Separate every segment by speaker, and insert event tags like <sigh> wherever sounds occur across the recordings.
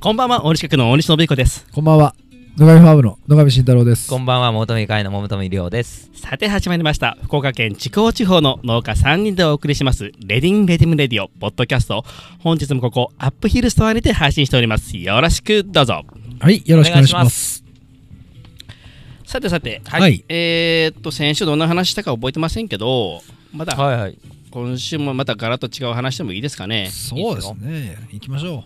Speaker 1: こんばんは、大西区の大西信彦です。
Speaker 2: こんばんは。野上ファームの野上慎太郎です。
Speaker 3: こんばんは、求め会の求め亮です。
Speaker 1: さて始まりました福岡県筑豊地方の農家3人でお送りしますレディンレディムレディオポッドキャスト本日もここアップヒルストアにて配信しておりますよろしくどうぞ
Speaker 2: はい、よろしくお願いします。
Speaker 1: さてさて、
Speaker 2: はいはい
Speaker 1: えー、っと先週どんな話したか覚えてませんけどまだ
Speaker 3: はいはい。
Speaker 1: 今週もまたガラッと違う話でもいいですかね
Speaker 2: そうですね。行きましょ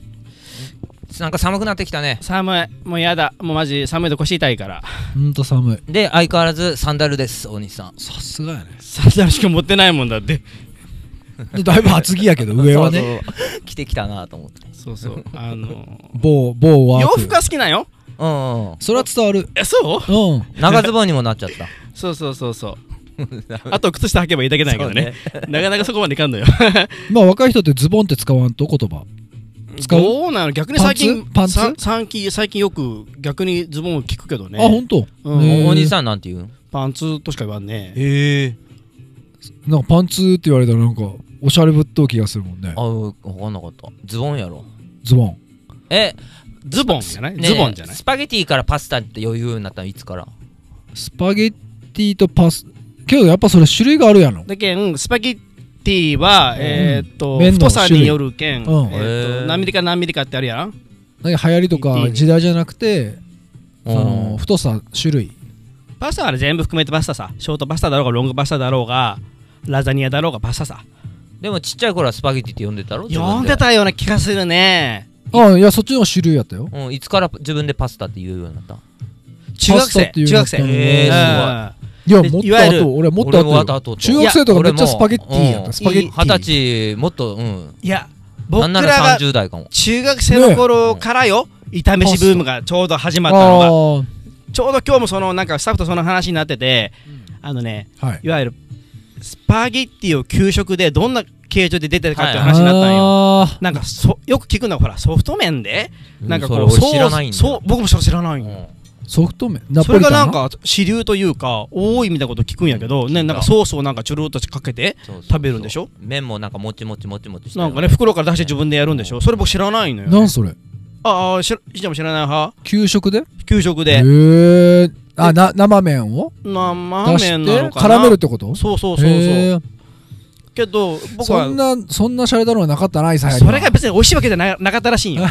Speaker 3: なんか寒くなってきたね。
Speaker 1: 寒いもうやだもうマジ寒いと腰痛いから
Speaker 2: う。うんと寒い。
Speaker 3: で、相変わらずサンダルです、大西さん。
Speaker 2: さすがやね。
Speaker 1: サンダルしか持ってないもんだって
Speaker 2: でだいぶ厚着やけど、上はね。
Speaker 3: そうそう。 <laughs> 着てきたなと思って。
Speaker 1: そうそうあの
Speaker 2: 某、某は。
Speaker 1: 洋服が好きなんよ
Speaker 3: うんうん。
Speaker 2: それは伝わる。
Speaker 1: えそう
Speaker 2: うん。
Speaker 3: 長ズボンにもなっち
Speaker 1: <laughs>
Speaker 3: ゃった。
Speaker 1: そうそうそうそう
Speaker 2: <laughs>
Speaker 1: あと靴下履けばいいだけなんやけどねなかなかそこまでいかんのよ
Speaker 2: まあ若い人ってズボンって使わんと言葉。 <laughs> 使う
Speaker 1: どうなの逆に最近
Speaker 2: パンツパンツ
Speaker 1: さ最近最近よく逆にズボンを聞くけどね
Speaker 2: あ、ほんと
Speaker 1: うん
Speaker 2: へー
Speaker 3: お兄さんなんて言う
Speaker 1: パンツとしか言わんね
Speaker 3: へえ。
Speaker 2: なんかパンツって言われたらなんか、おしゃれぶっとう気がするもんね
Speaker 3: あ、。わかんなかった。ズボンやろ。
Speaker 2: ズボン。
Speaker 3: え、
Speaker 1: ズボンじゃない、
Speaker 3: ねえ
Speaker 1: ズボンじゃない
Speaker 3: スパゲティからパスタって余裕になったのいつから
Speaker 2: スパゲッティとパス。けどやっぱそれ種類があるやろ。
Speaker 1: だけんスパゲッティは、えーっと
Speaker 2: 麺の
Speaker 1: 太さによるけん、
Speaker 2: 種類うん
Speaker 1: えーっ
Speaker 3: へ
Speaker 1: と
Speaker 3: ー
Speaker 1: 何ミリか何ミリかってあるやん
Speaker 2: なんか流行りとか時代じゃなくて、その
Speaker 3: うん
Speaker 2: 太さ、種類。
Speaker 1: パスタはあれ全部含めてパスタさショートパスタだろうがロングパスタだろうがラザニアだろうがパスタさ
Speaker 3: でもちっちゃい頃はスパゲティって呼んでたろ自分
Speaker 1: 読んでたような気がするね
Speaker 2: あ、いや、そっちの方が種類やったよ。
Speaker 3: うん、いつから自分でパスタって言うようになった
Speaker 1: 中学
Speaker 2: パスタ
Speaker 1: 生
Speaker 2: っていう
Speaker 1: 中
Speaker 2: のが
Speaker 1: 学生
Speaker 3: へー
Speaker 1: うん
Speaker 2: いや、もっ
Speaker 1: いわゆ
Speaker 2: と
Speaker 1: る
Speaker 2: 後、俺はもっ
Speaker 3: 俺も
Speaker 2: と
Speaker 3: 後
Speaker 2: 後
Speaker 3: 々
Speaker 2: よ。中学生とかめっちゃスパゲッティやっ
Speaker 3: いや俺
Speaker 2: た。
Speaker 3: も
Speaker 2: スパゲッティ。
Speaker 3: 二十歳もっとうん
Speaker 1: いや
Speaker 3: な
Speaker 1: 僕
Speaker 3: ん
Speaker 1: ら
Speaker 3: なら
Speaker 1: が
Speaker 3: 30代かも
Speaker 1: 中学生の頃からよ、炒めしブームがちょうど始まったのがちょうど今日もそのなんかスタッフとその話になっててあのね
Speaker 2: あーはい。
Speaker 1: いわゆるスパゲッティを給食でどんな形状で出てるかっていう話になったんよ、
Speaker 2: あ
Speaker 1: なんかそよく聞くのはほらソフト麺でなんかこう、
Speaker 3: それ
Speaker 1: ソース
Speaker 3: 俺知らないんだ
Speaker 1: そう僕もそれ知らない
Speaker 3: うん
Speaker 1: よ、
Speaker 2: ーソフト麺。ナ
Speaker 1: そ
Speaker 2: ポ
Speaker 1: れ
Speaker 2: リタ
Speaker 1: が
Speaker 2: ン
Speaker 1: なんか主流というか多いみたいなこと聞くんやけど、ね、なんかソースをなんかちょろっとかけて
Speaker 3: そうそうそう
Speaker 1: 食べるんでしょ
Speaker 3: 麺もなんかもちもちもちもちして
Speaker 1: なんかね袋から出して自分でやるんでしょそれ僕知らないのよ、
Speaker 2: なんそれ
Speaker 1: ああしちゃんも知らない派
Speaker 2: 給食で
Speaker 1: 給食
Speaker 2: へ
Speaker 1: で
Speaker 2: え。あ、な、生麺を
Speaker 1: 生
Speaker 2: 出して
Speaker 1: 麺なのかな
Speaker 2: 絡めるってこと
Speaker 1: そうそうそうそう
Speaker 2: へー
Speaker 1: けど僕
Speaker 2: そ
Speaker 1: は
Speaker 2: んな、そんな洒落たのはなかったな、イサ
Speaker 1: それが別に美味しいわけじゃななかったらしい
Speaker 2: <laughs>
Speaker 1: んよ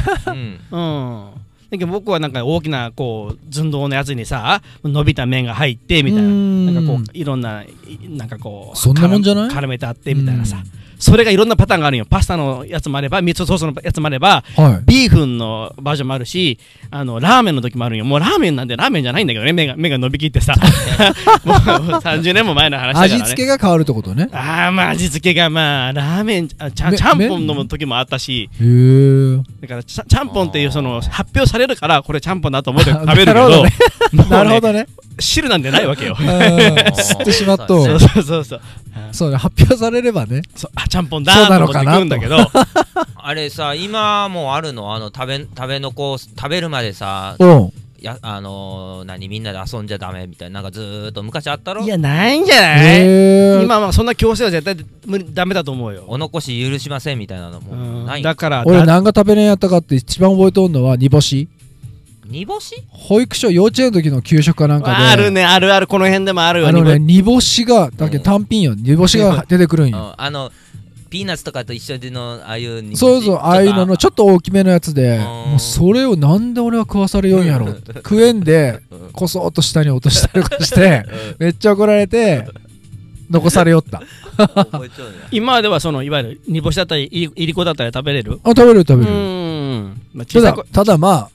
Speaker 3: うん
Speaker 1: うんだけど僕はなんか大きなこう寸胴のやつにさ伸びた麺が入ってみたいな
Speaker 2: な
Speaker 1: なんかこういろんないなんかこう
Speaker 2: そんなもんじゃない
Speaker 1: 絡めてあってみたいなさそれがいろんなパターンがあるんよパスタのやつもあればミートソースのやつもあれば
Speaker 2: は
Speaker 1: ビーフンのバージョンもあるしあのラーメンの時もあるんよもうラーメンなんでラーメンじゃないんだけどね目が目が伸びきって
Speaker 2: <laughs>
Speaker 1: さもう30年も前の話だ
Speaker 2: い。
Speaker 1: から、ね、
Speaker 2: 味付けが変わるってことね。
Speaker 1: あーまあ味付けがまあラーメンあちゃん
Speaker 2: め
Speaker 1: ちゃんぽんの時もあったし <laughs>
Speaker 2: へえ。
Speaker 1: だからちゃちゃんぽんっていうその
Speaker 3: あー
Speaker 1: 発表されるからこれちゃんぽんだと
Speaker 2: <laughs>
Speaker 1: 思って食べるけ
Speaker 2: な
Speaker 1: ど
Speaker 2: るほどね
Speaker 1: もうね
Speaker 2: <laughs> なるほどね。
Speaker 1: 汁なんてないわけよ <laughs>
Speaker 2: うん吸ってしまっと
Speaker 1: そう
Speaker 2: う。
Speaker 1: そうそうそう
Speaker 2: そうね、発表されればね。
Speaker 1: そうあちゃんぽんだ
Speaker 2: そうな
Speaker 1: と
Speaker 2: の
Speaker 1: 思って
Speaker 2: か
Speaker 1: 食
Speaker 2: な
Speaker 1: うんだけど
Speaker 3: あれさ今もうあるのあの食べ食べ残す食べるまでさ
Speaker 2: うん。
Speaker 3: やあのー何みんなで遊んじゃダメみたいななんかずーっと昔あっ
Speaker 2: <laughs>
Speaker 3: たろ
Speaker 1: いやないんじゃない
Speaker 2: へえ。
Speaker 1: 今はまあそんな強制は絶対無理ダメだと思うよ
Speaker 3: お残し許しませんみたいなのも
Speaker 1: う
Speaker 3: うんない
Speaker 1: だから
Speaker 2: 俺
Speaker 1: だ
Speaker 2: 何が食べれんやったかって一番覚えとんのは煮干し
Speaker 3: 煮干し
Speaker 2: 保育所幼稚園の時の給食かなんかで
Speaker 1: あるねあるあるこの辺でもあるよ
Speaker 2: あの
Speaker 1: 煮干
Speaker 2: ね煮干しがだけ
Speaker 3: うん
Speaker 2: 単品よ煮干しが出てくるん
Speaker 3: う
Speaker 2: よ
Speaker 3: んあのピーナッツとかと一緒でのああいう煮干し
Speaker 2: そうそうああいうののちょっと大きめのやつで
Speaker 3: うん
Speaker 2: もうそれをなんで俺は食わされようんやろう食えんで
Speaker 3: うん
Speaker 2: こそっと下に落としたりとかしてめっちゃ怒られて残されよった
Speaker 3: 覚えちゃうね
Speaker 1: 今まではそのいわゆる煮干しだったりいりいりこだったり食べれる
Speaker 2: あ食べる食
Speaker 1: う
Speaker 2: べる
Speaker 1: ーんまあ小さ
Speaker 2: た
Speaker 1: い
Speaker 2: だ
Speaker 1: 頃
Speaker 2: ただまあ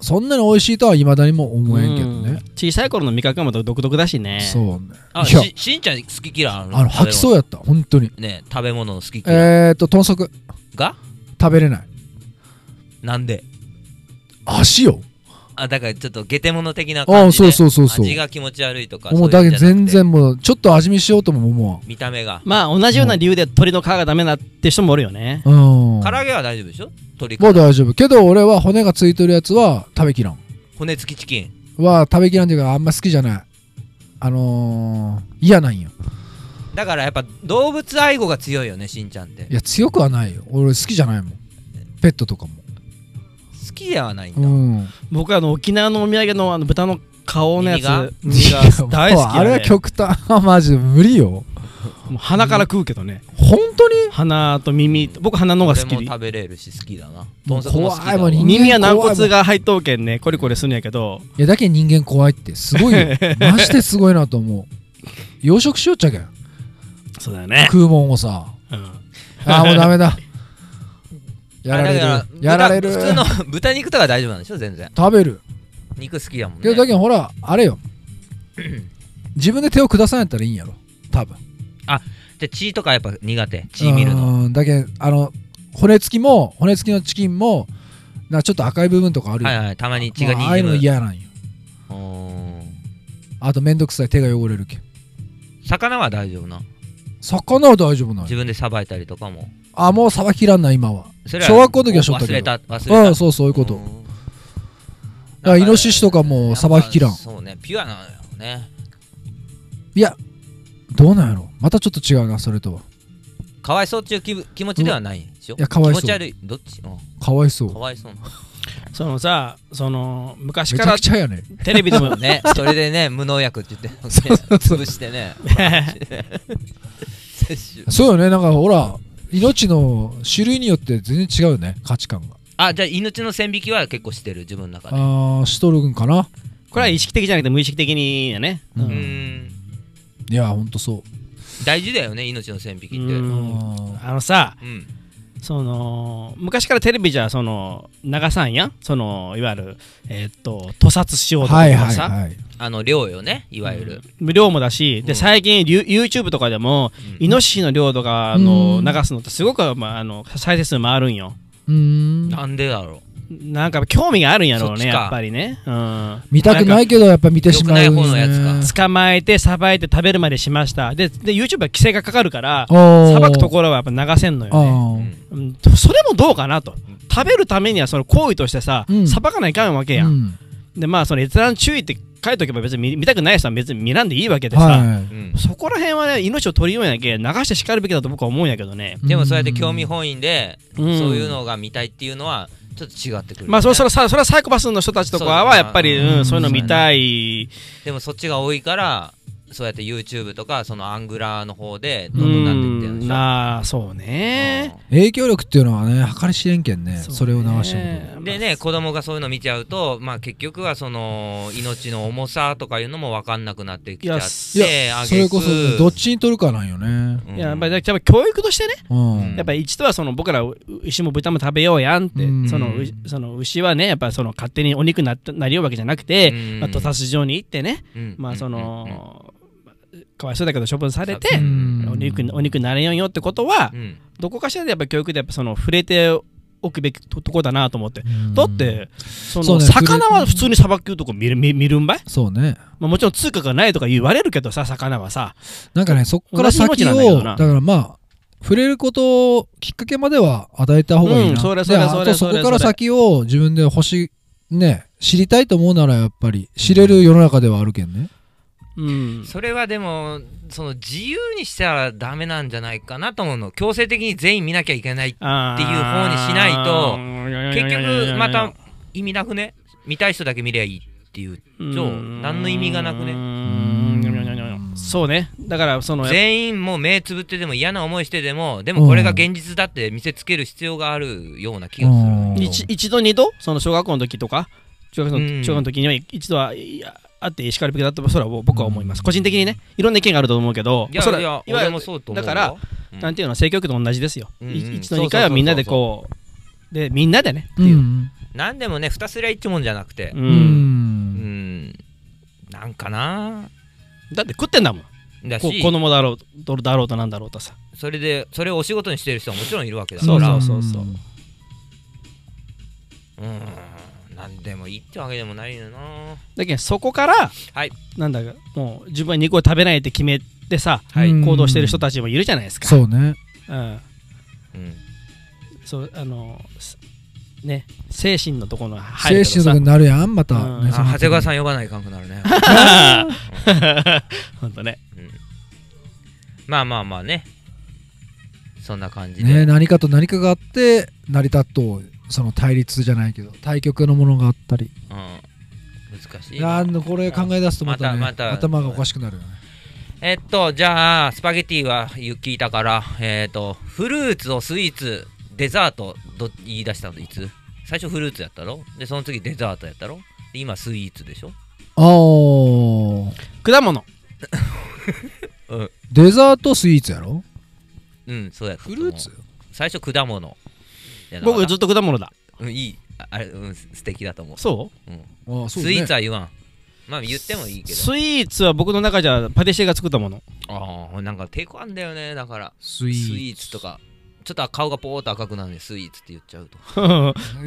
Speaker 2: そんなに美味しいとはいまだにも思えんけど
Speaker 1: うん
Speaker 2: ね
Speaker 1: 小さい頃の味覚はまた独特だしね
Speaker 2: そうね
Speaker 3: あ
Speaker 2: いや
Speaker 3: ししんちゃん好き嫌いあるの
Speaker 2: あの吐きそううやった本当に
Speaker 3: ね食べ物の好き嫌い
Speaker 2: えーと豚足
Speaker 3: が
Speaker 2: 食べれない
Speaker 3: なんで
Speaker 2: 足よ
Speaker 3: あだからちょっとゲテモノ的な
Speaker 2: あ
Speaker 3: 感
Speaker 2: あ
Speaker 3: じで
Speaker 2: そうそうそうそう
Speaker 3: 味が気持ち悪いとか
Speaker 2: もう
Speaker 3: そ
Speaker 2: だ
Speaker 3: い
Speaker 2: け
Speaker 3: ん
Speaker 2: ど
Speaker 3: じゃなくて
Speaker 2: 全然もうちょっと味見しようとも思わん
Speaker 3: 見た目が
Speaker 1: まあ同じような理由で鳥の皮がダメなって人もおるよね。
Speaker 2: うん
Speaker 3: 唐揚げは大丈夫でしょ鶏
Speaker 2: もう
Speaker 3: から
Speaker 2: 大丈夫けど俺は骨がついてるやつは食べきらん
Speaker 3: 骨付きチキン
Speaker 2: は食べきらんっていうかあんま好きじゃないあのー、嫌なんよ
Speaker 3: だからやっぱ動物愛護が強いよねしんちゃんって
Speaker 2: いや強くはないよ俺好きじゃないもんペットとかも
Speaker 3: 好きではないん
Speaker 2: う
Speaker 3: だ、
Speaker 2: ん
Speaker 1: 僕はあの沖縄のお土産のあの豚の顔のやつ
Speaker 2: い
Speaker 1: 身が大
Speaker 2: や
Speaker 1: 好き
Speaker 2: もう
Speaker 1: で
Speaker 2: あれは極端マジで無理よ
Speaker 1: もう鼻から食うけどね
Speaker 2: 本当に
Speaker 1: 鼻と耳と僕鼻の方が好き
Speaker 3: 俺
Speaker 1: で
Speaker 3: も食べれるし好きだな
Speaker 2: もう
Speaker 3: 豚足も好きだわ
Speaker 2: 怖いもん人間
Speaker 1: 耳は軟骨が配当権ねコリコリするんやけど
Speaker 2: いやだけ人間怖いってすごい
Speaker 3: <laughs>
Speaker 2: よマジですごいなと思う養殖しよっちゃけん
Speaker 1: そうだよね、
Speaker 2: <laughs> 食うもんをさ
Speaker 1: うん
Speaker 2: あーもうダメ
Speaker 3: <laughs>
Speaker 2: だやられる
Speaker 3: あだから
Speaker 2: やられる
Speaker 3: 豚普通の豚肉とか大丈夫なんでしょ全然
Speaker 2: 食べる
Speaker 3: 肉好きだもん
Speaker 2: け
Speaker 3: ね
Speaker 2: どだけどほらあ
Speaker 3: <clears throat>
Speaker 2: れよ自分で手を下さんやったらいいんやろ多分
Speaker 3: で血とかやっぱ苦手血見るの
Speaker 2: うんだけどあの骨付きも骨付きのチキンもなんかちょっと赤い部分とかあるよ
Speaker 3: はいはいたまに血が
Speaker 2: まあああい
Speaker 3: 滲
Speaker 2: うの
Speaker 3: む
Speaker 2: 嫌なんよ
Speaker 3: うーん
Speaker 2: あとめんどくさい手が汚れるけん
Speaker 3: 魚は大丈夫な
Speaker 2: 魚は大丈夫なの
Speaker 3: 自分でさばいたりとかも
Speaker 2: あもうさばきらんない今は
Speaker 3: そ
Speaker 2: 小学校の時はしょった
Speaker 3: 忘
Speaker 2: け
Speaker 3: れ
Speaker 2: ど
Speaker 3: た忘れた
Speaker 2: うんそうそういうこと
Speaker 3: ん
Speaker 2: だからイノシシとかもさばききらん
Speaker 3: やっぱそうねピュアなのよね
Speaker 2: どうなんやろまたちょっと違うなそれとは
Speaker 3: かわいそうっていう気分気持ちではないでしょ
Speaker 2: いやかわいそう
Speaker 3: 気持ち悪いどっちう
Speaker 2: かわいそ
Speaker 3: ん
Speaker 2: う
Speaker 3: かわいそうな
Speaker 1: そのさその昔
Speaker 2: めち
Speaker 1: か
Speaker 2: ゃ
Speaker 1: ら
Speaker 2: くちゃやね
Speaker 1: テレビでも
Speaker 3: ねそれで
Speaker 2: <laughs>
Speaker 3: ね無農薬って言って潰してね摂取
Speaker 2: そうよねなんかほら命の種類によって全然違うよね価値観が
Speaker 3: あじゃあ命の線引きは結構してる自分の中で
Speaker 2: あーしとるんかな
Speaker 1: これは意識的じゃなくて無意識的にやね、
Speaker 2: うん
Speaker 3: うーん
Speaker 2: いやほんとそう
Speaker 3: 大事だよね命の線引きって
Speaker 1: う
Speaker 3: うん
Speaker 1: んあのさその昔からテレビじゃその流さんやんそのいわゆるえーっと屠殺しようとか
Speaker 2: はいはい
Speaker 1: さ
Speaker 2: はい
Speaker 3: あの量よねいわゆる
Speaker 1: 無料もだしで
Speaker 3: うん
Speaker 1: 最近リュ YouTube とかでも
Speaker 3: うん
Speaker 1: イノシシの量とかあの
Speaker 2: うん
Speaker 1: 流すのってすごくまああの再生数回るんよ
Speaker 2: うーん
Speaker 3: なんでだろ
Speaker 1: なんか興味があるんやろう
Speaker 3: そっ
Speaker 1: ね
Speaker 3: ちか
Speaker 1: やっぱりねうん
Speaker 2: 見たくないけどやっぱ見てしまうよね
Speaker 3: 良くない方のやつ
Speaker 1: 捕まえてさばいて食べるまでしましたでで YouTube は規制がかかるから
Speaker 2: さ
Speaker 1: さばくところはやっぱ流せんのよね
Speaker 3: う、う
Speaker 2: あ
Speaker 3: ん
Speaker 1: うんそれもどうかなと食べるためにはその行為としてさ
Speaker 2: うん
Speaker 1: さばかないかんわけ
Speaker 2: ー
Speaker 1: や
Speaker 2: うんん
Speaker 1: でまあその閲覧注意って書いとけば別に見見たくない人は別に見らんでいいわけでさ
Speaker 2: は
Speaker 3: うん
Speaker 1: そこら辺はね命を取りようやけ流して叱るべきだと僕は思うんやけどね
Speaker 2: い
Speaker 3: でもそうやって興味本位で
Speaker 1: そう
Speaker 3: そういうのが見たいっていうのはちょっと違ってくるよね
Speaker 1: まあそれそれさそれはサイコパスの人たちとかはやっぱり
Speaker 2: そうだな
Speaker 1: うんそういうの見たい
Speaker 3: でもそっちが多いからそうやって YouTube とかそのアングラーの方でどんどんなっていってるんでしょ
Speaker 1: なあそうね
Speaker 2: 影響力っていうのはね計り知れんけんね
Speaker 1: う
Speaker 2: そ
Speaker 1: ね
Speaker 2: れを流して
Speaker 3: うんでね子供がそういうの見ちゃうとまあ結局はその命の重さとかいうのも分かんなくなってきちゃっ
Speaker 2: いや
Speaker 3: てあ
Speaker 2: それこそどっちに取るかなんよね
Speaker 3: うん
Speaker 1: いややっぱりだからやっぱ教育としてね
Speaker 2: うん
Speaker 1: やっぱり一度はその僕らう牛も豚も食べようやんって
Speaker 2: うん
Speaker 1: そのうその牛はねやっぱその勝手にお肉になったなりようわけじゃなくて
Speaker 3: うん
Speaker 1: まあ屠殺場に行ってね
Speaker 3: うん
Speaker 1: まあそ
Speaker 3: うん
Speaker 1: のかわいそうだけど処分されて
Speaker 3: う
Speaker 2: うん
Speaker 1: お肉にお肉になれんよってことは
Speaker 3: うん
Speaker 1: どこかしらでやっぱ教育でやっぱその触れておくべきととこだなと思ってだってそ
Speaker 2: そ
Speaker 1: の
Speaker 2: うね
Speaker 1: 魚は普通にさばくとこ見る見見るんばい、
Speaker 2: そうね
Speaker 1: まあ、もちろん通貨がないとか言われるけどさ魚はさ
Speaker 2: なんかねそこから
Speaker 1: 同じ
Speaker 2: 先
Speaker 1: 命なんだけ
Speaker 2: を
Speaker 1: ど
Speaker 2: だ
Speaker 1: な
Speaker 2: からまあ触れることをきっかけまでは与えた方がいいな、
Speaker 1: うんそれそ
Speaker 2: で
Speaker 1: れ
Speaker 2: あ
Speaker 1: それ
Speaker 2: と
Speaker 1: そ
Speaker 2: そ
Speaker 1: れ
Speaker 2: こから先を自分で欲しいね知りたいと思うならやっぱり知れる世の中ではあるけんね
Speaker 1: うん
Speaker 3: それはでもその自由にしたらダメなんじゃないかなと思うの強制的に全員見なきゃいけない
Speaker 1: あー
Speaker 3: っていう方にしないと結
Speaker 1: いやいやいやいやい
Speaker 3: 局
Speaker 1: や
Speaker 3: また意味なくね見たい人だけ見りゃいいっていうそう何の意味がなくね
Speaker 1: うーんいやいやいやいやそうねだからそのやっ
Speaker 3: 全員もう目つぶってでも嫌な思いしてでもでもこれが現実だって見せつける必要があるような気がするのよ
Speaker 2: うん
Speaker 1: 一一度二度その小学校の時とか中学の
Speaker 3: うん
Speaker 1: 中学の時には一度はいやあってしかるべきだとそれは僕は思います個人的にねいろんな意見があると思うけど
Speaker 3: いや
Speaker 1: それはい
Speaker 3: や
Speaker 1: いわゆ
Speaker 3: 俺
Speaker 1: る
Speaker 3: もそうと思うよ
Speaker 1: だから
Speaker 3: うん
Speaker 1: なんていうの性教育と同じですよ、
Speaker 3: うんうん
Speaker 1: い一度2回はみんなでこうでみんなでねって
Speaker 2: う
Speaker 1: いう、
Speaker 2: ん
Speaker 3: なんでもね蓋すりゃいいってもんじゃなくて
Speaker 1: う
Speaker 2: うん
Speaker 3: うんなんかな
Speaker 1: だって食ってんだもん
Speaker 3: だ
Speaker 1: こ
Speaker 3: し
Speaker 1: 子供だろうとだろうとなんだろうとさ
Speaker 3: それでそれをお仕事にしてる人はもちろんいるわけだか
Speaker 1: そう
Speaker 3: ら
Speaker 1: そうそうそう
Speaker 3: うんなんでもいいってわけでもないよな
Speaker 1: だけどそこから、
Speaker 3: はい
Speaker 1: なんだかもう自分は肉を食べないって決めてさ、
Speaker 3: はい
Speaker 2: うん
Speaker 1: 行動してる人たちもいるじゃないですか
Speaker 2: そうね
Speaker 1: うん、
Speaker 3: うん
Speaker 1: そうあのすね精神のところが入
Speaker 2: 精
Speaker 1: るけどさ
Speaker 2: 神力になるやんまた、
Speaker 1: うん
Speaker 2: ね
Speaker 3: あ
Speaker 2: その
Speaker 3: 長谷川さん呼ばないかんくなるね
Speaker 1: <laughs> ほんとね
Speaker 3: まあまあまあねそんな感じで
Speaker 2: ね何かと何かがあって成り立とうその対立じゃないけど対局のものがあったり
Speaker 3: うん、難しいな
Speaker 2: あーこれ考え出すとまた,、ね
Speaker 3: またまた
Speaker 2: 頭がおかしくなるよね
Speaker 3: えっとじゃあスパゲティはゆ聞いたからえっとフルーツをスイーツデザートど言い出したのいつ最初フルーツやったろでその次デザートやったろで今スイーツでしょ
Speaker 2: あー
Speaker 1: 果物
Speaker 2: デザートスイーツやろ
Speaker 3: うんそうやったと
Speaker 2: フ
Speaker 3: 思う
Speaker 2: ルーツ
Speaker 3: 最初果物やだから
Speaker 1: 僕ずっと果物だ
Speaker 3: うんいいああれ、うん、す素敵だと思う
Speaker 1: そ
Speaker 2: あーそう、
Speaker 3: ス
Speaker 2: ね、
Speaker 3: イーツは言わんまあ言ってもいいうけど
Speaker 1: スイーツは僕の中じゃパティシエが作ったもの
Speaker 3: ああなんか抵抗あんだよねだから
Speaker 2: ス
Speaker 3: ス
Speaker 2: イ
Speaker 3: イ
Speaker 2: ーツ
Speaker 3: ーツとかちょっと顔がポーっと赤くなるねスイーツって言っちゃうと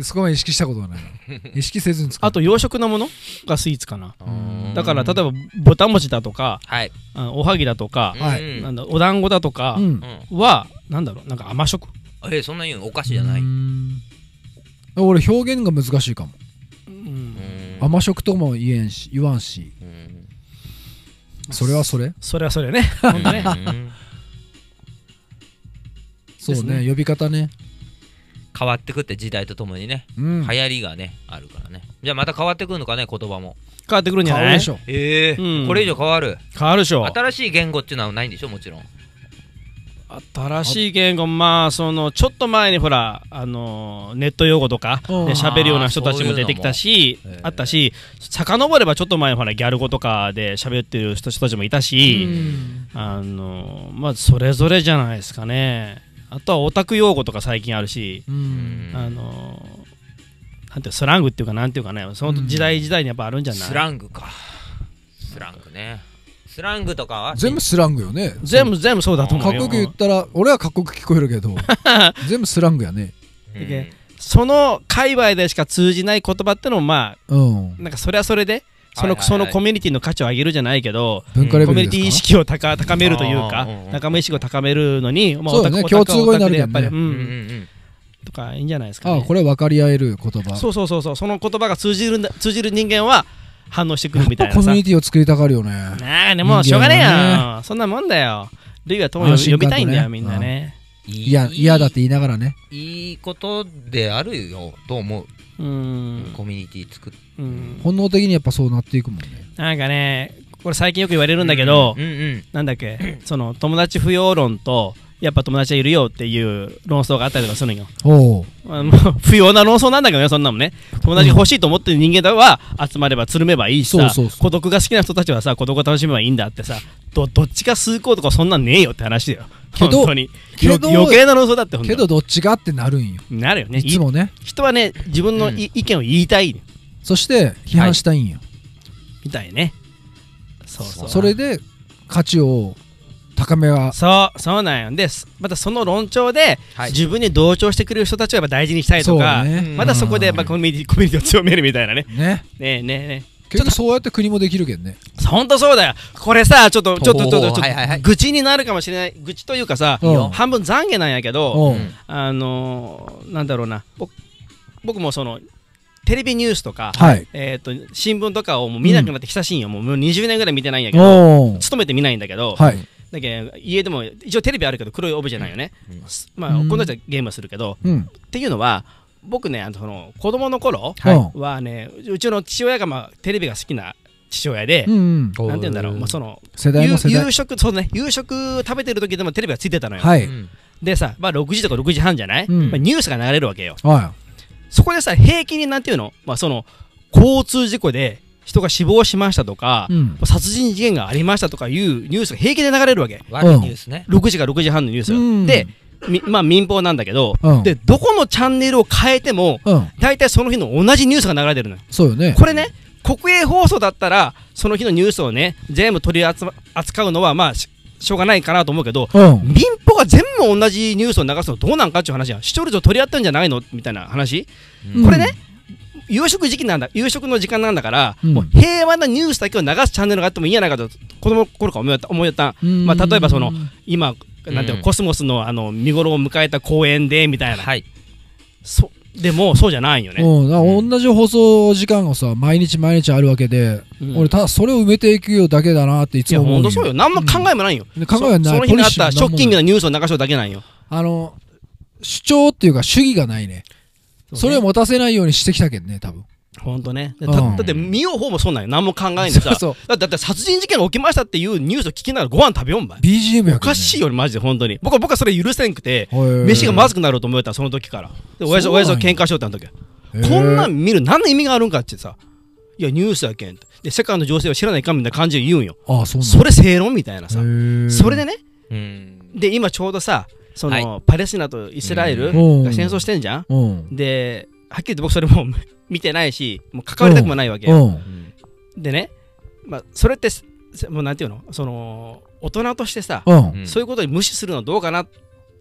Speaker 2: そこまで意識したことはない
Speaker 1: <laughs>
Speaker 2: な意識せずに作
Speaker 1: あ
Speaker 2: る
Speaker 1: と洋食のものがスイーツかな
Speaker 2: うん
Speaker 1: だから例え
Speaker 3: ば
Speaker 1: ばぼたもちだとか
Speaker 3: はい
Speaker 1: あおはぎだとか
Speaker 2: はい
Speaker 3: うん
Speaker 1: なんだお団子だとか
Speaker 2: うん
Speaker 3: うん
Speaker 1: はなんだろうなんか甘食
Speaker 3: えそんな言うんお菓子じゃないう
Speaker 2: ー
Speaker 3: うん
Speaker 2: 俺表現が難しいかも、
Speaker 1: うん
Speaker 3: ん
Speaker 2: 甘食とも言えんし言わんし
Speaker 3: うん
Speaker 2: それはそれ
Speaker 1: それはそれね
Speaker 3: うんうん
Speaker 2: そう
Speaker 1: で
Speaker 2: ね呼び方ね
Speaker 3: 変わってくって時代とともにね
Speaker 2: うん
Speaker 3: 流行りがねあるからねじゃあまた変わってくるのかね言葉も
Speaker 1: 変わってくるんじゃ
Speaker 2: 顔
Speaker 1: な
Speaker 2: で
Speaker 1: い
Speaker 2: しょ
Speaker 3: ええ
Speaker 1: うん
Speaker 3: これ以上変わる
Speaker 1: 変わるでしょ
Speaker 3: 新しい言語っていうのはないんでしょもちろん
Speaker 1: 新しい言語まあそのちょっと前にほらあのーネット用語とか
Speaker 2: うん
Speaker 1: で喋るような人たちも出てきたし
Speaker 3: あーそういうのも
Speaker 1: あったし遡ればちょっと前にほらギャル語とかで喋ってる人たちもいた
Speaker 3: う
Speaker 1: し
Speaker 3: ん
Speaker 1: あのーまあそれぞれじゃないですかねあとはオタク用語とか最近あるし
Speaker 2: う
Speaker 3: うんん
Speaker 1: あのーなんていうスラングっていうかなんていうかねその時代時代にやっぱあるんじゃない
Speaker 3: スラングかスラングねスラングとかは
Speaker 2: 全部スラングよね
Speaker 1: 全部全部そうだと思
Speaker 2: かっ
Speaker 1: う
Speaker 2: こ
Speaker 1: よ
Speaker 2: よく言ったら俺はかっこよく聞こえ
Speaker 1: <laughs>
Speaker 2: るけど全部スラングやね
Speaker 3: うん
Speaker 1: いけその界隈でしか通じない言葉ってのもまあ
Speaker 2: うん
Speaker 1: なんかそれはそれでその,、
Speaker 3: はいはいはい
Speaker 1: そのコミュニティの価値を上げるじゃないけど
Speaker 2: 文化レ
Speaker 1: コミュ
Speaker 2: ベ
Speaker 1: ニ
Speaker 2: ル
Speaker 1: ティ
Speaker 2: で
Speaker 1: 意
Speaker 2: すか
Speaker 1: 識を高高めるというか
Speaker 3: あーうんうん
Speaker 1: 仲間意識を高めるのに、まあ、
Speaker 2: そうだね
Speaker 1: オタクオタク
Speaker 2: 共通語
Speaker 1: オ
Speaker 2: になる
Speaker 1: タクでやっぱり、
Speaker 2: よ
Speaker 1: う、
Speaker 2: ね
Speaker 3: うんうんん
Speaker 1: とかいいんじゃないですか、
Speaker 2: あ
Speaker 1: ね、
Speaker 2: あこれ分かり合える言葉
Speaker 1: そうそうそうそうその言葉が通じるんだ通じる人間は反応してくるみたい
Speaker 2: やっぱ
Speaker 1: な
Speaker 2: コミ
Speaker 1: さ
Speaker 2: ュニティを作りたがるよね
Speaker 1: なあねもうしょうがねえ
Speaker 2: 人間
Speaker 1: よ、そんなもんだよルイは友を
Speaker 2: 安心
Speaker 1: 呼び
Speaker 2: 感と
Speaker 1: た
Speaker 2: ね
Speaker 1: いんだよみんなね、
Speaker 2: いや嫌だって言いながらね
Speaker 3: いいことであるよと思
Speaker 1: う
Speaker 3: う、
Speaker 1: ーん
Speaker 3: コミュニティ作って
Speaker 1: うん、
Speaker 2: 本能的にやっぱそうなっていくもんね
Speaker 1: なんかねこれ最近よく言われるんだけど、
Speaker 3: うんうん
Speaker 1: なんだっけその友達不要論とやっぱ友達はいるよっていう論争があったりとかするのよ <laughs>
Speaker 2: おお
Speaker 1: あの不要な論争なんだけどねそんなもんね友達が欲しいと思ってる人間は集まればつるめばいいしさ
Speaker 2: そうそうそう
Speaker 1: 孤独が好きな人たちはさ孤独を楽しめばいいんだってさどどっちが崇高とかそんなんねえよって話だよ
Speaker 2: けど
Speaker 1: 本当に
Speaker 2: けど
Speaker 1: よ余計な論争だってほんと
Speaker 2: けどどっちがってなるんよ
Speaker 1: なるよね
Speaker 2: いつもね
Speaker 1: い人はね自分のい、意見を言いたい
Speaker 2: そして批判したいんよ
Speaker 1: みたいねそうそう
Speaker 2: それで価値を高めは
Speaker 1: そうそうなんよですまたその論調で、
Speaker 3: はい
Speaker 1: 自分に同調してくれる人たちをやっぱ大事にしたいとか、
Speaker 2: ね
Speaker 1: またそこでやっぱコミュニティコミュニティを強めるみたいなね。
Speaker 2: ね
Speaker 1: ねえねえね
Speaker 2: 結局そうやって国もできるけんね
Speaker 1: え。ほんとそうだよ。これさ、ちょっと、ちょっと、ちょっと、
Speaker 3: おー
Speaker 1: ちょ
Speaker 3: はいはいは
Speaker 1: っ
Speaker 3: い
Speaker 1: と、愚痴になるかもしれない。愚痴というかさ
Speaker 2: いいよ、
Speaker 1: 半分懺悔なんやけど、
Speaker 2: おう
Speaker 3: うん
Speaker 1: あのー、なんだろうな、ぼ僕もその、テレビニュースとか、
Speaker 2: はい
Speaker 1: えっと、新聞とかをもう見なくなって久しいんよ。もうもう20年ぐらい見てないんやけど、
Speaker 2: おう
Speaker 1: 勤めて見ないんだけど、
Speaker 2: はい
Speaker 1: だけど家でも、一応テレビあるけど黒いオブジェなんよね
Speaker 3: うん。
Speaker 1: まあ、こ
Speaker 2: うん
Speaker 1: の人はゲームはするけど、
Speaker 2: うん
Speaker 1: っていうのは、僕ね、あのその子供の頃、
Speaker 2: は
Speaker 1: はねうちの父親がまあテレビが好きな父親で
Speaker 2: い、う
Speaker 1: な
Speaker 2: ん
Speaker 1: んて言うんだろう、まあ、その
Speaker 2: 世代
Speaker 1: 夕
Speaker 2: も世代
Speaker 1: 夕食そうね夕食食べてる時でもテレビがついてたのよ、
Speaker 2: は
Speaker 3: う
Speaker 2: い
Speaker 3: ん
Speaker 1: でさ、まあ、6時とか6時半じゃない、
Speaker 2: うん
Speaker 1: まあ、ニュースが流れるわけよ
Speaker 2: は
Speaker 1: そこでさ平気になんていうの,、まあ、その交通事故で人が死亡しましたとか
Speaker 2: い、うん
Speaker 1: 殺人事件がありましたとかいうニュースが平気で流れるわけ
Speaker 3: 悪いニュースね
Speaker 1: 6時から6時半のニュースが、
Speaker 2: うん
Speaker 1: でみまあ民放なんだけど、
Speaker 2: うん
Speaker 1: でどこのチャンネルを変えても
Speaker 2: うん
Speaker 1: 大体その日の同じニュースが流れてるのよ
Speaker 2: そうよね
Speaker 1: これね国営放送だったらその日のニュースをね全部取り扱扱うのはまあししょうがないかなと思うけど
Speaker 2: うん
Speaker 1: 民放が全部同じニュースを流すのどうなんかっていう話やん視聴率を取り合ったんじゃないのみたいな話
Speaker 2: うん
Speaker 1: これね夕食時期なんだ夕食の時間なんだから、
Speaker 2: うん
Speaker 1: もう平和なニュースだけを流すチャンネルがあってもいいんじゃないかと子供の頃から思いやった思いやった
Speaker 2: うん
Speaker 1: まあ例えばその今
Speaker 3: うん
Speaker 1: なんていうのコスモスのあの見頃を迎えた公園でみたいな、
Speaker 3: はい
Speaker 1: そでもそうじゃないよね、
Speaker 2: うんだから同じ放送時間がさ毎日毎日あるわけで
Speaker 1: うん
Speaker 2: 俺ただそれを埋めていくよだけだなってい
Speaker 1: い
Speaker 2: つ
Speaker 1: や
Speaker 2: も思
Speaker 1: ほ
Speaker 2: うよ
Speaker 1: んとそうよ何も考えもないよ、
Speaker 2: で考えは
Speaker 1: そ
Speaker 2: な
Speaker 1: そ
Speaker 2: い
Speaker 1: の日にあった
Speaker 2: ポリ
Speaker 1: シ
Speaker 2: シ
Speaker 1: ョ
Speaker 2: ーも何も
Speaker 1: ッキングなニュースを流しようだけなんよ
Speaker 2: あの主張っていうか主義がないねそれを持たせないようにしてきたけんね多分
Speaker 1: 本当ね。だ
Speaker 2: うん
Speaker 1: だって見よう方もそうなんよ。何も考えんで
Speaker 2: そ
Speaker 1: さ
Speaker 2: う。そう
Speaker 1: だってだって殺人事件が起きましたっていうニュースを聞きながらご飯食べようんばい。
Speaker 2: BGM や
Speaker 1: おかしいよね、マジで、本当に。僕は、僕はそれ許せんくて、飯
Speaker 2: 飯
Speaker 1: がまずくなると思えた、その時から。で、親父、
Speaker 2: そうなん
Speaker 1: 親
Speaker 2: や
Speaker 1: 父と喧嘩しようってあの時。こんなん見る、何の意味があるんかってさ。いや、ニュースやけんって。で、世界の情勢を知らないかんみたいな感じで言うんよ。
Speaker 2: あそうなん
Speaker 1: それ正論みたいなさ。
Speaker 2: れ
Speaker 1: それでね、
Speaker 3: うん
Speaker 1: で、今ちょうどさ、その、パレスチナとイスラエル
Speaker 2: うん
Speaker 1: が戦争してんじゃん
Speaker 2: うん
Speaker 1: で、はっきり言って僕それも <laughs> 見てないし、もう関わりたくもないわけ
Speaker 2: う
Speaker 1: よ。
Speaker 2: ん
Speaker 1: でね、まあ、それってす、もうなんていうのその、大人としてさ、
Speaker 2: うん
Speaker 1: そういうことに無視するのはどうかなっ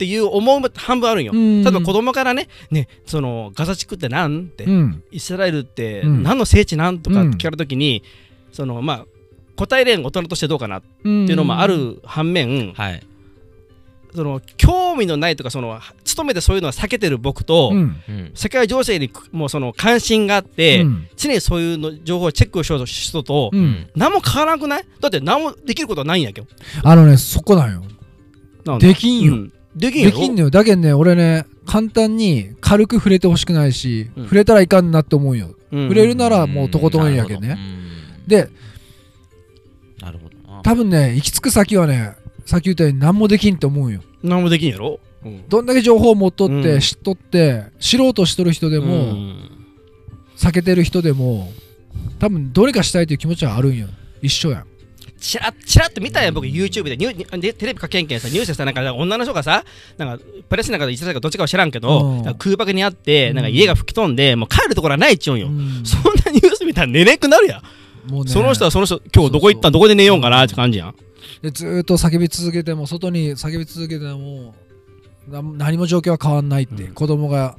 Speaker 1: ていう思う半分あるんよ。
Speaker 2: うん
Speaker 1: 例えば子供からね、ね、そのガザ地区ってなんって、
Speaker 2: うん
Speaker 1: イスラエルって
Speaker 2: うん
Speaker 1: 何の聖地なんとかっ
Speaker 2: うん
Speaker 1: て聞かれたときに、そのまあ、答えれん大人としてどうかなって
Speaker 2: うん
Speaker 1: いうのもある反面、
Speaker 3: はい
Speaker 1: その興味のないとかその勤めてそういうのは避けてる僕と、
Speaker 2: うん
Speaker 3: うん
Speaker 1: 世界情勢にくもうその関心があって、
Speaker 2: うん
Speaker 1: 常にそういうの情報をチェックをしようとし人と、
Speaker 2: う
Speaker 3: うんん
Speaker 1: 何も変わらなくないだって何もできることはないんやけど。
Speaker 2: あのねそこなんよ
Speaker 1: なんだ
Speaker 2: できんよ
Speaker 1: うんできんよ
Speaker 2: できんのよだけどね俺ね簡単に軽く触れてほしくないし、
Speaker 1: うん
Speaker 2: 触れたらいかんなって思うよ
Speaker 1: うん
Speaker 2: 触れるならもうとことんやけんね
Speaker 3: うん
Speaker 2: で
Speaker 3: なるほどな
Speaker 2: 多分ね行き着く先はねさっき言ったように何もできんと思うんよ
Speaker 1: 何もできんやろ、うん
Speaker 2: どんだけ情報を持っとって、
Speaker 1: うん
Speaker 2: 知っとって知ろうとしとる人でも、
Speaker 1: うん
Speaker 2: 避けてる人でも多分どれかしたいという気持ちはあるんよ一緒やん
Speaker 1: チラッチラッと見たんや僕 YouTube でニューでテレビかけんけんさニュースでさなんかなんか女の人がさなんかパレスチナかイスラエルかどっちかは知らんけ
Speaker 2: う
Speaker 1: ど
Speaker 2: ん
Speaker 1: なんか空爆にあってなんか家が吹き飛んでもう帰るところはないっちゅうんよ、
Speaker 2: うん
Speaker 1: そんなニュース見たら寝れんくなるやん、
Speaker 2: もうね
Speaker 1: その人はその人今日どこ行ったん
Speaker 2: そ
Speaker 1: どこで寝ようかなって感じやん
Speaker 2: でずーっと叫び続けても外に叫び続けてもな何も状況は変わんないって、
Speaker 1: うん
Speaker 2: 子供が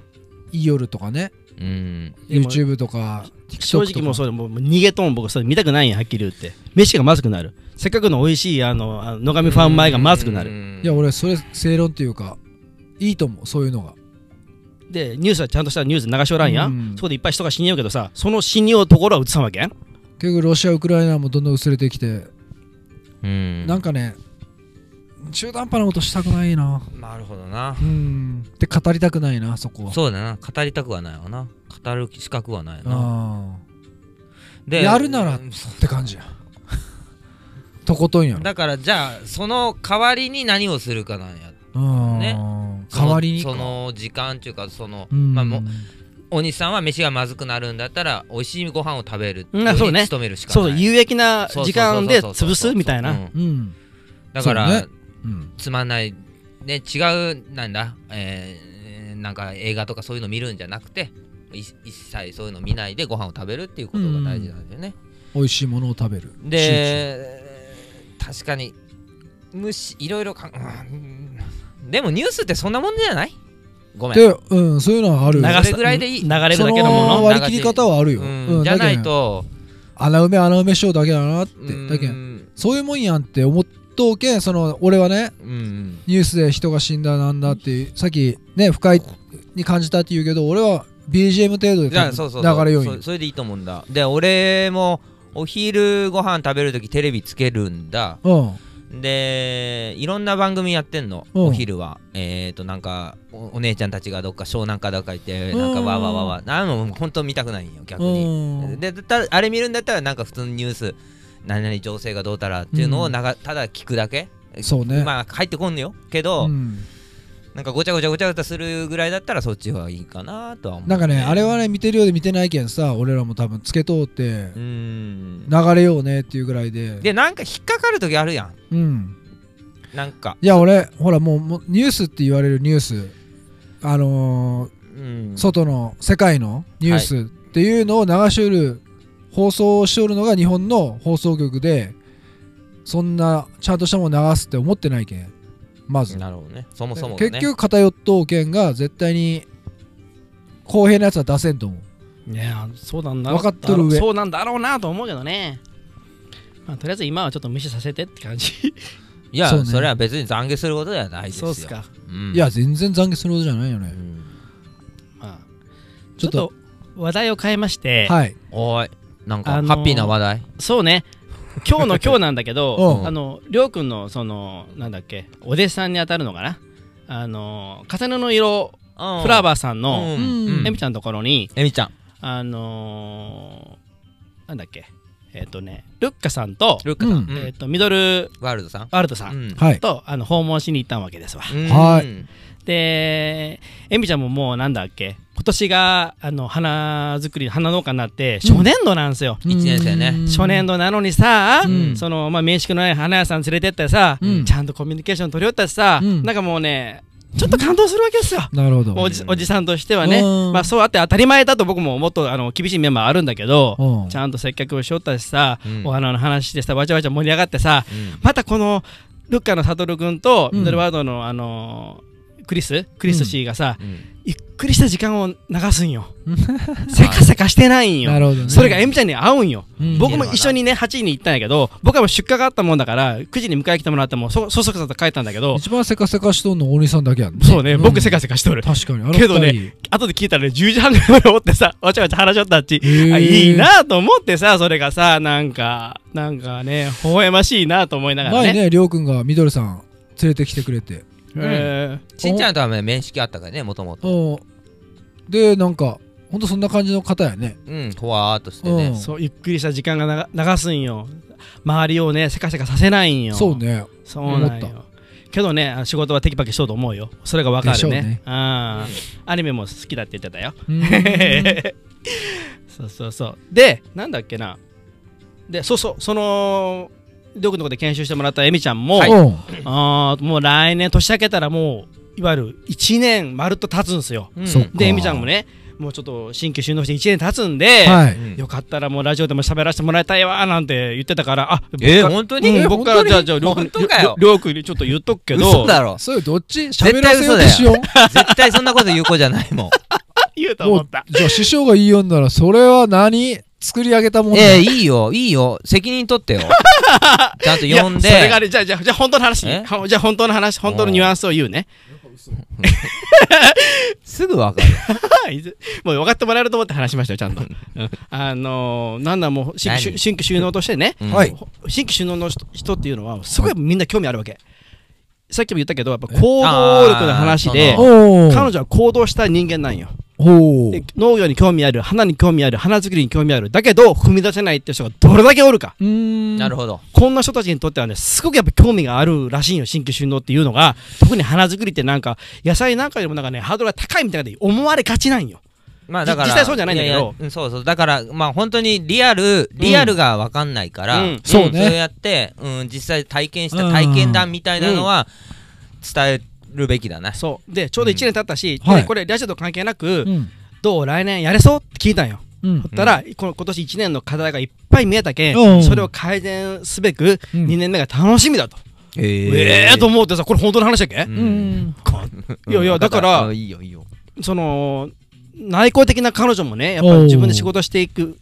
Speaker 2: 言いよるとかね
Speaker 3: うん
Speaker 2: YouTube とか TikTok とか
Speaker 1: 正直もうそうでもう逃げとん僕それ見たくないんやはっきり言って飯がまずくなるせっかくの美味しいあのあの野上ファン前がまずくなる
Speaker 3: うん
Speaker 2: いや俺それ正論っていうかいいと思うそういうのが
Speaker 1: でニュースはちゃんとしたニュース流しおらんや、
Speaker 2: うん
Speaker 1: そこでいっぱい人が死にようけどさその死にようところは映さんわけやん
Speaker 2: 結局ロシアウクライナもどんどん薄れてきて、
Speaker 3: うん
Speaker 2: なんかね中途半端なことしたくないな
Speaker 3: なるほどな
Speaker 2: うんって語りたくないなそこは
Speaker 3: そうだな語りたくはないわな語る資格はないな
Speaker 2: ああ
Speaker 3: で
Speaker 2: やるなら
Speaker 3: うんそう
Speaker 2: って感じやとことんやろ
Speaker 3: だからじゃあその代わりに何をするかなんや
Speaker 2: うん
Speaker 3: ね
Speaker 2: 代わりに
Speaker 3: そのその時間っていうかその、
Speaker 2: うん
Speaker 3: まあ、もうお兄さんは飯がまずくなるんだったら美味しいご飯を食べるってい
Speaker 1: うんそうう
Speaker 3: に
Speaker 1: ね
Speaker 3: 努めるしかない
Speaker 1: そう有益な時間で潰すみたいな、
Speaker 3: うん
Speaker 2: うん
Speaker 3: だから、
Speaker 2: そうねうん
Speaker 3: つまんないね違うなんだえーなんか映画とかそういうの見るんじゃなくてい一切そういうの見ないでご飯を食べるっていうことが大事なんだよね、
Speaker 2: 美味しいものを食べる
Speaker 3: で確かに虫いろいろか、うんでもニュースってそんなもんじゃないごめん
Speaker 2: 集中でうんそういうのはある
Speaker 1: 流
Speaker 3: 長
Speaker 1: す
Speaker 3: それぐらいでいい
Speaker 1: 流れるだ
Speaker 2: そ
Speaker 1: けの
Speaker 2: の
Speaker 1: も
Speaker 2: 割り切り方はあるよ、
Speaker 3: うん
Speaker 2: うん
Speaker 3: じゃな
Speaker 2: だ
Speaker 3: い
Speaker 2: けん
Speaker 3: と
Speaker 2: 穴埋め穴埋めしようだけだなって
Speaker 3: うん
Speaker 2: だけん
Speaker 3: うん
Speaker 2: そういうもんやんって思っとうけんその俺はね
Speaker 3: うん
Speaker 2: ニュースで人が死んだなんだってさっきね不快に感じたって言うけど俺は BGM 程度で
Speaker 3: じゃあ
Speaker 2: 多
Speaker 3: そうそう
Speaker 2: 分
Speaker 3: そ
Speaker 2: 流
Speaker 3: う
Speaker 2: れよう
Speaker 3: そ
Speaker 2: に
Speaker 3: それでいいと思うんだで俺もお昼ご飯食べるときテレビつけるんだ
Speaker 2: うん
Speaker 3: でいろんな番組やってんの、
Speaker 2: うん
Speaker 3: お昼はえっ、ー、となんかおお姉ちゃんたちがどっか湘南かどっか行ってなんか
Speaker 2: うん
Speaker 3: わわわわなんも本当見たくないんよ逆に
Speaker 2: うん
Speaker 3: でだったらあれ見るんだったらなんか普通のニュース何々情勢がどうたらっていうのをながただ聞くだけ
Speaker 2: そうね
Speaker 3: まあ入ってこんのよけど、
Speaker 2: うん
Speaker 3: なんかごちゃごちゃごちゃごちゃするぐらいだったらそっちがいいかなとは思う
Speaker 2: なんかねあれはね見てるようで見てないけんさ俺らも多分つけとうって
Speaker 3: うーん
Speaker 2: 流れようねっていうぐらいで
Speaker 3: でなんか引っかかる時あるやん
Speaker 2: うん
Speaker 3: なんか
Speaker 2: いや俺ほらもうもうニュースって言われるニュースあの
Speaker 3: うん
Speaker 2: ー外の世界のニュースっていうのを流しうる放送をしおるのが日本の放送局でそんなちゃんとしたもの流すって思ってないけんまず、
Speaker 3: なるほどねそもそも、ね、
Speaker 2: 結局偏っとうけんが絶対に公平なやつは出せんと思う
Speaker 1: のねえそうなんだ
Speaker 2: わかっとる上
Speaker 1: そうなんだろうなと思うけどね、まあ、とりあえず今はちょっと無視させてって感じ
Speaker 3: いや
Speaker 2: そ
Speaker 3: そ,、
Speaker 2: うね
Speaker 3: れは別に懺悔することではないですよ
Speaker 1: っか、
Speaker 3: うん、
Speaker 2: いや全然懺悔することじゃないよ
Speaker 3: う
Speaker 2: ね
Speaker 3: ん
Speaker 1: まあ、
Speaker 2: ち
Speaker 1: ち
Speaker 2: ょ
Speaker 1: ょ
Speaker 2: っ
Speaker 1: っ
Speaker 2: と
Speaker 1: と話題を変えまして、
Speaker 2: はい
Speaker 3: おいなんか、
Speaker 1: あのー
Speaker 3: ハッピーな話題
Speaker 1: そうね今日の今日なんだけ
Speaker 2: <laughs> う
Speaker 1: ど
Speaker 2: ん
Speaker 1: あのりょうくんのそのなんだっけお弟子さんに当たるのかなあの重ねの色フラ
Speaker 3: バ
Speaker 1: バーさんの
Speaker 3: うん
Speaker 2: うん
Speaker 1: エミちゃんのところに
Speaker 4: えみちゃん
Speaker 1: あのーなんだっけえっ、とねルッカさんと,、
Speaker 3: ルッカさん、
Speaker 2: うん
Speaker 3: うん
Speaker 1: えっとミドル
Speaker 3: ワールドさん、
Speaker 1: ワールドさん
Speaker 3: ん
Speaker 2: はい
Speaker 1: と、あの訪問しに行ったわけですわ
Speaker 2: はい
Speaker 3: い
Speaker 1: でエミちゃんももうなんだっけ今年があの花作り花農家になって初年度なんですよ、
Speaker 3: 一年生ね
Speaker 1: 初年度なのにさ、
Speaker 2: うん
Speaker 1: その、まあ、面識のない花屋さん連れてったりさ、
Speaker 2: うん
Speaker 1: ちゃんとコミュニケーション取りよったしさ、
Speaker 2: うん
Speaker 1: なんかもうねちょっと感動するわけですよ、
Speaker 2: なるほど
Speaker 1: おじおじさんとしてはね、
Speaker 2: うん
Speaker 1: まあ、そうあって当たり前だと僕ももっとあの厳しい面もあるんだけど、
Speaker 2: うん
Speaker 1: ちゃんと接客をしよったしさ、
Speaker 3: うん
Speaker 1: お花の話してさわちゃわちゃ盛り上がってさまたこのルッカのサトル君と
Speaker 2: うん
Speaker 1: ミドルワードの、あのークリスクリス氏がさ、
Speaker 3: うん
Speaker 1: ゆっくりした時間を流すんよせかせかしてないんよ
Speaker 2: <laughs> なるほどね
Speaker 1: それがエミちゃんに合うんよ、
Speaker 2: うん
Speaker 1: 僕も一緒にね8時に行ったんやけど僕はもう出荷があったもんだから9時に迎えに来てもらってもうそそそくさと帰ったんだけど
Speaker 2: 一番せかせかしとんの大西さんだけやん
Speaker 1: そうね、僕せ
Speaker 2: か
Speaker 1: かせかしとる
Speaker 2: 確かにあの
Speaker 1: けどね
Speaker 2: 二人
Speaker 1: 後で聞いたらね10時半ぐらいまでおってさわちゃわちゃ話し合ったっち、
Speaker 2: へー
Speaker 1: あいいなと思ってさそれがさなんかなんかね微笑ましいなと思いながらね
Speaker 2: 前ねりょうくんがみどりさん連れてきてくれて
Speaker 1: え
Speaker 3: しんちゃんとはね面識あったからねもともと
Speaker 2: うんでなんかほんとそんな感じの方やね
Speaker 3: うんほわーっとしてね
Speaker 1: ー
Speaker 2: うん
Speaker 1: そうゆっくりした時間がなが流すんよ周りをねせかせかさせないんよ
Speaker 2: そう
Speaker 1: <laughs>
Speaker 2: ね
Speaker 1: そうな
Speaker 2: 思
Speaker 1: ん
Speaker 2: った
Speaker 1: よけどねあの仕事はテキパキしようと思うよそれがわか
Speaker 2: でしょ
Speaker 1: る
Speaker 2: う
Speaker 1: ね
Speaker 2: ね
Speaker 1: うんアニメも好きだって言ってたよ
Speaker 2: うん
Speaker 1: <laughs> そうそうそうでなんだっけなでそうそうそのドクのとこで研修してもらったエミちゃんも、
Speaker 2: うん
Speaker 1: あーもう来年年明けたらもういわゆる1年まるっと経つんですよ
Speaker 3: うん
Speaker 2: そっか
Speaker 1: でエミちゃんもねもうちょっと新規収納して1年経つんで、
Speaker 2: は
Speaker 3: う
Speaker 2: い
Speaker 3: ん
Speaker 1: よかったらもうラジオでも喋らせてもらいたいわなんて言ってたからあ僕
Speaker 3: え
Speaker 1: から
Speaker 3: 本当
Speaker 1: う
Speaker 3: に
Speaker 1: ん僕から
Speaker 2: 本当に
Speaker 1: じゃあじゃありょうくん
Speaker 3: 本当かよ
Speaker 1: りょうくんにちょっと言っとくけど
Speaker 3: 嘘だろ
Speaker 2: それどっち喋らせようとしよう
Speaker 3: 絶対そんなこと言う子じゃないもん
Speaker 1: 言うと
Speaker 2: も
Speaker 1: 思っ
Speaker 2: う
Speaker 1: た
Speaker 2: じゃあ師匠が言いよんならそれは何作り上げたもんだ
Speaker 3: ええいいよいいよ責任取っ
Speaker 1: <laughs>
Speaker 3: てよちゃんと
Speaker 1: いや
Speaker 3: 呼ん
Speaker 1: それ
Speaker 3: で
Speaker 1: がねじゃあじゃあじゃあ本当の話
Speaker 3: え
Speaker 1: はじゃあ本当の話本当のニュアンスを言うね
Speaker 3: すぐわかる
Speaker 1: <laughs> はいもう分かってもらえると思って話しましたよ、ちゃん
Speaker 3: <laughs>
Speaker 1: と。うんあのーなんだもう新規
Speaker 3: 何
Speaker 1: 収新規収納としてね、
Speaker 3: うん
Speaker 2: はい
Speaker 1: 新規収納の人人っていうのは、すごいみんな興味あるわけ。さっきも言ったけど、やっぱ行動力の話で
Speaker 3: あー、
Speaker 2: おお
Speaker 1: 彼女は行動したい人間なんよ。
Speaker 2: おお
Speaker 1: で農業に興味ある、花に興味ある、花作りに興味ある、だけど踏み出せないって人がどれだけおるか。
Speaker 3: な
Speaker 2: な
Speaker 3: るほど
Speaker 1: こんな人たちにとってはね、すごくやっぱ興味があるらしいんよ、新規収納っていうのが、特に花作りってなんか、野菜なんかよりもなんかね、ハードルが高いみたいで思われがちなんよ。
Speaker 3: まあだから
Speaker 1: 実際そうじゃないんだけど
Speaker 3: ややうんそうそうだからまあ本当にリアルリアルがわかんないから、
Speaker 1: うん
Speaker 3: ん
Speaker 2: そうね
Speaker 3: そうやって、うん、実際体験した体験談みたいなのは伝えるべきだな、
Speaker 1: そうでちょうど1年経ったし、
Speaker 2: うんはい
Speaker 1: でこれラジオと関係なく、
Speaker 2: うん
Speaker 1: どう来年やれそうって聞いたんよ
Speaker 2: うん
Speaker 1: そしたら、この今年1年の課題がいっぱい見えたけん、
Speaker 2: うん
Speaker 1: それを改善すべく
Speaker 2: うん
Speaker 1: 2年目が楽しみだと、
Speaker 3: えー
Speaker 1: ええーと思ってさこれ本当の話だっけ、
Speaker 3: う
Speaker 2: うんん
Speaker 1: こいやいやだか
Speaker 3: う
Speaker 1: ら
Speaker 3: んいいよいいよ
Speaker 1: その内向的な彼女もねやっぱり自分で仕事していくう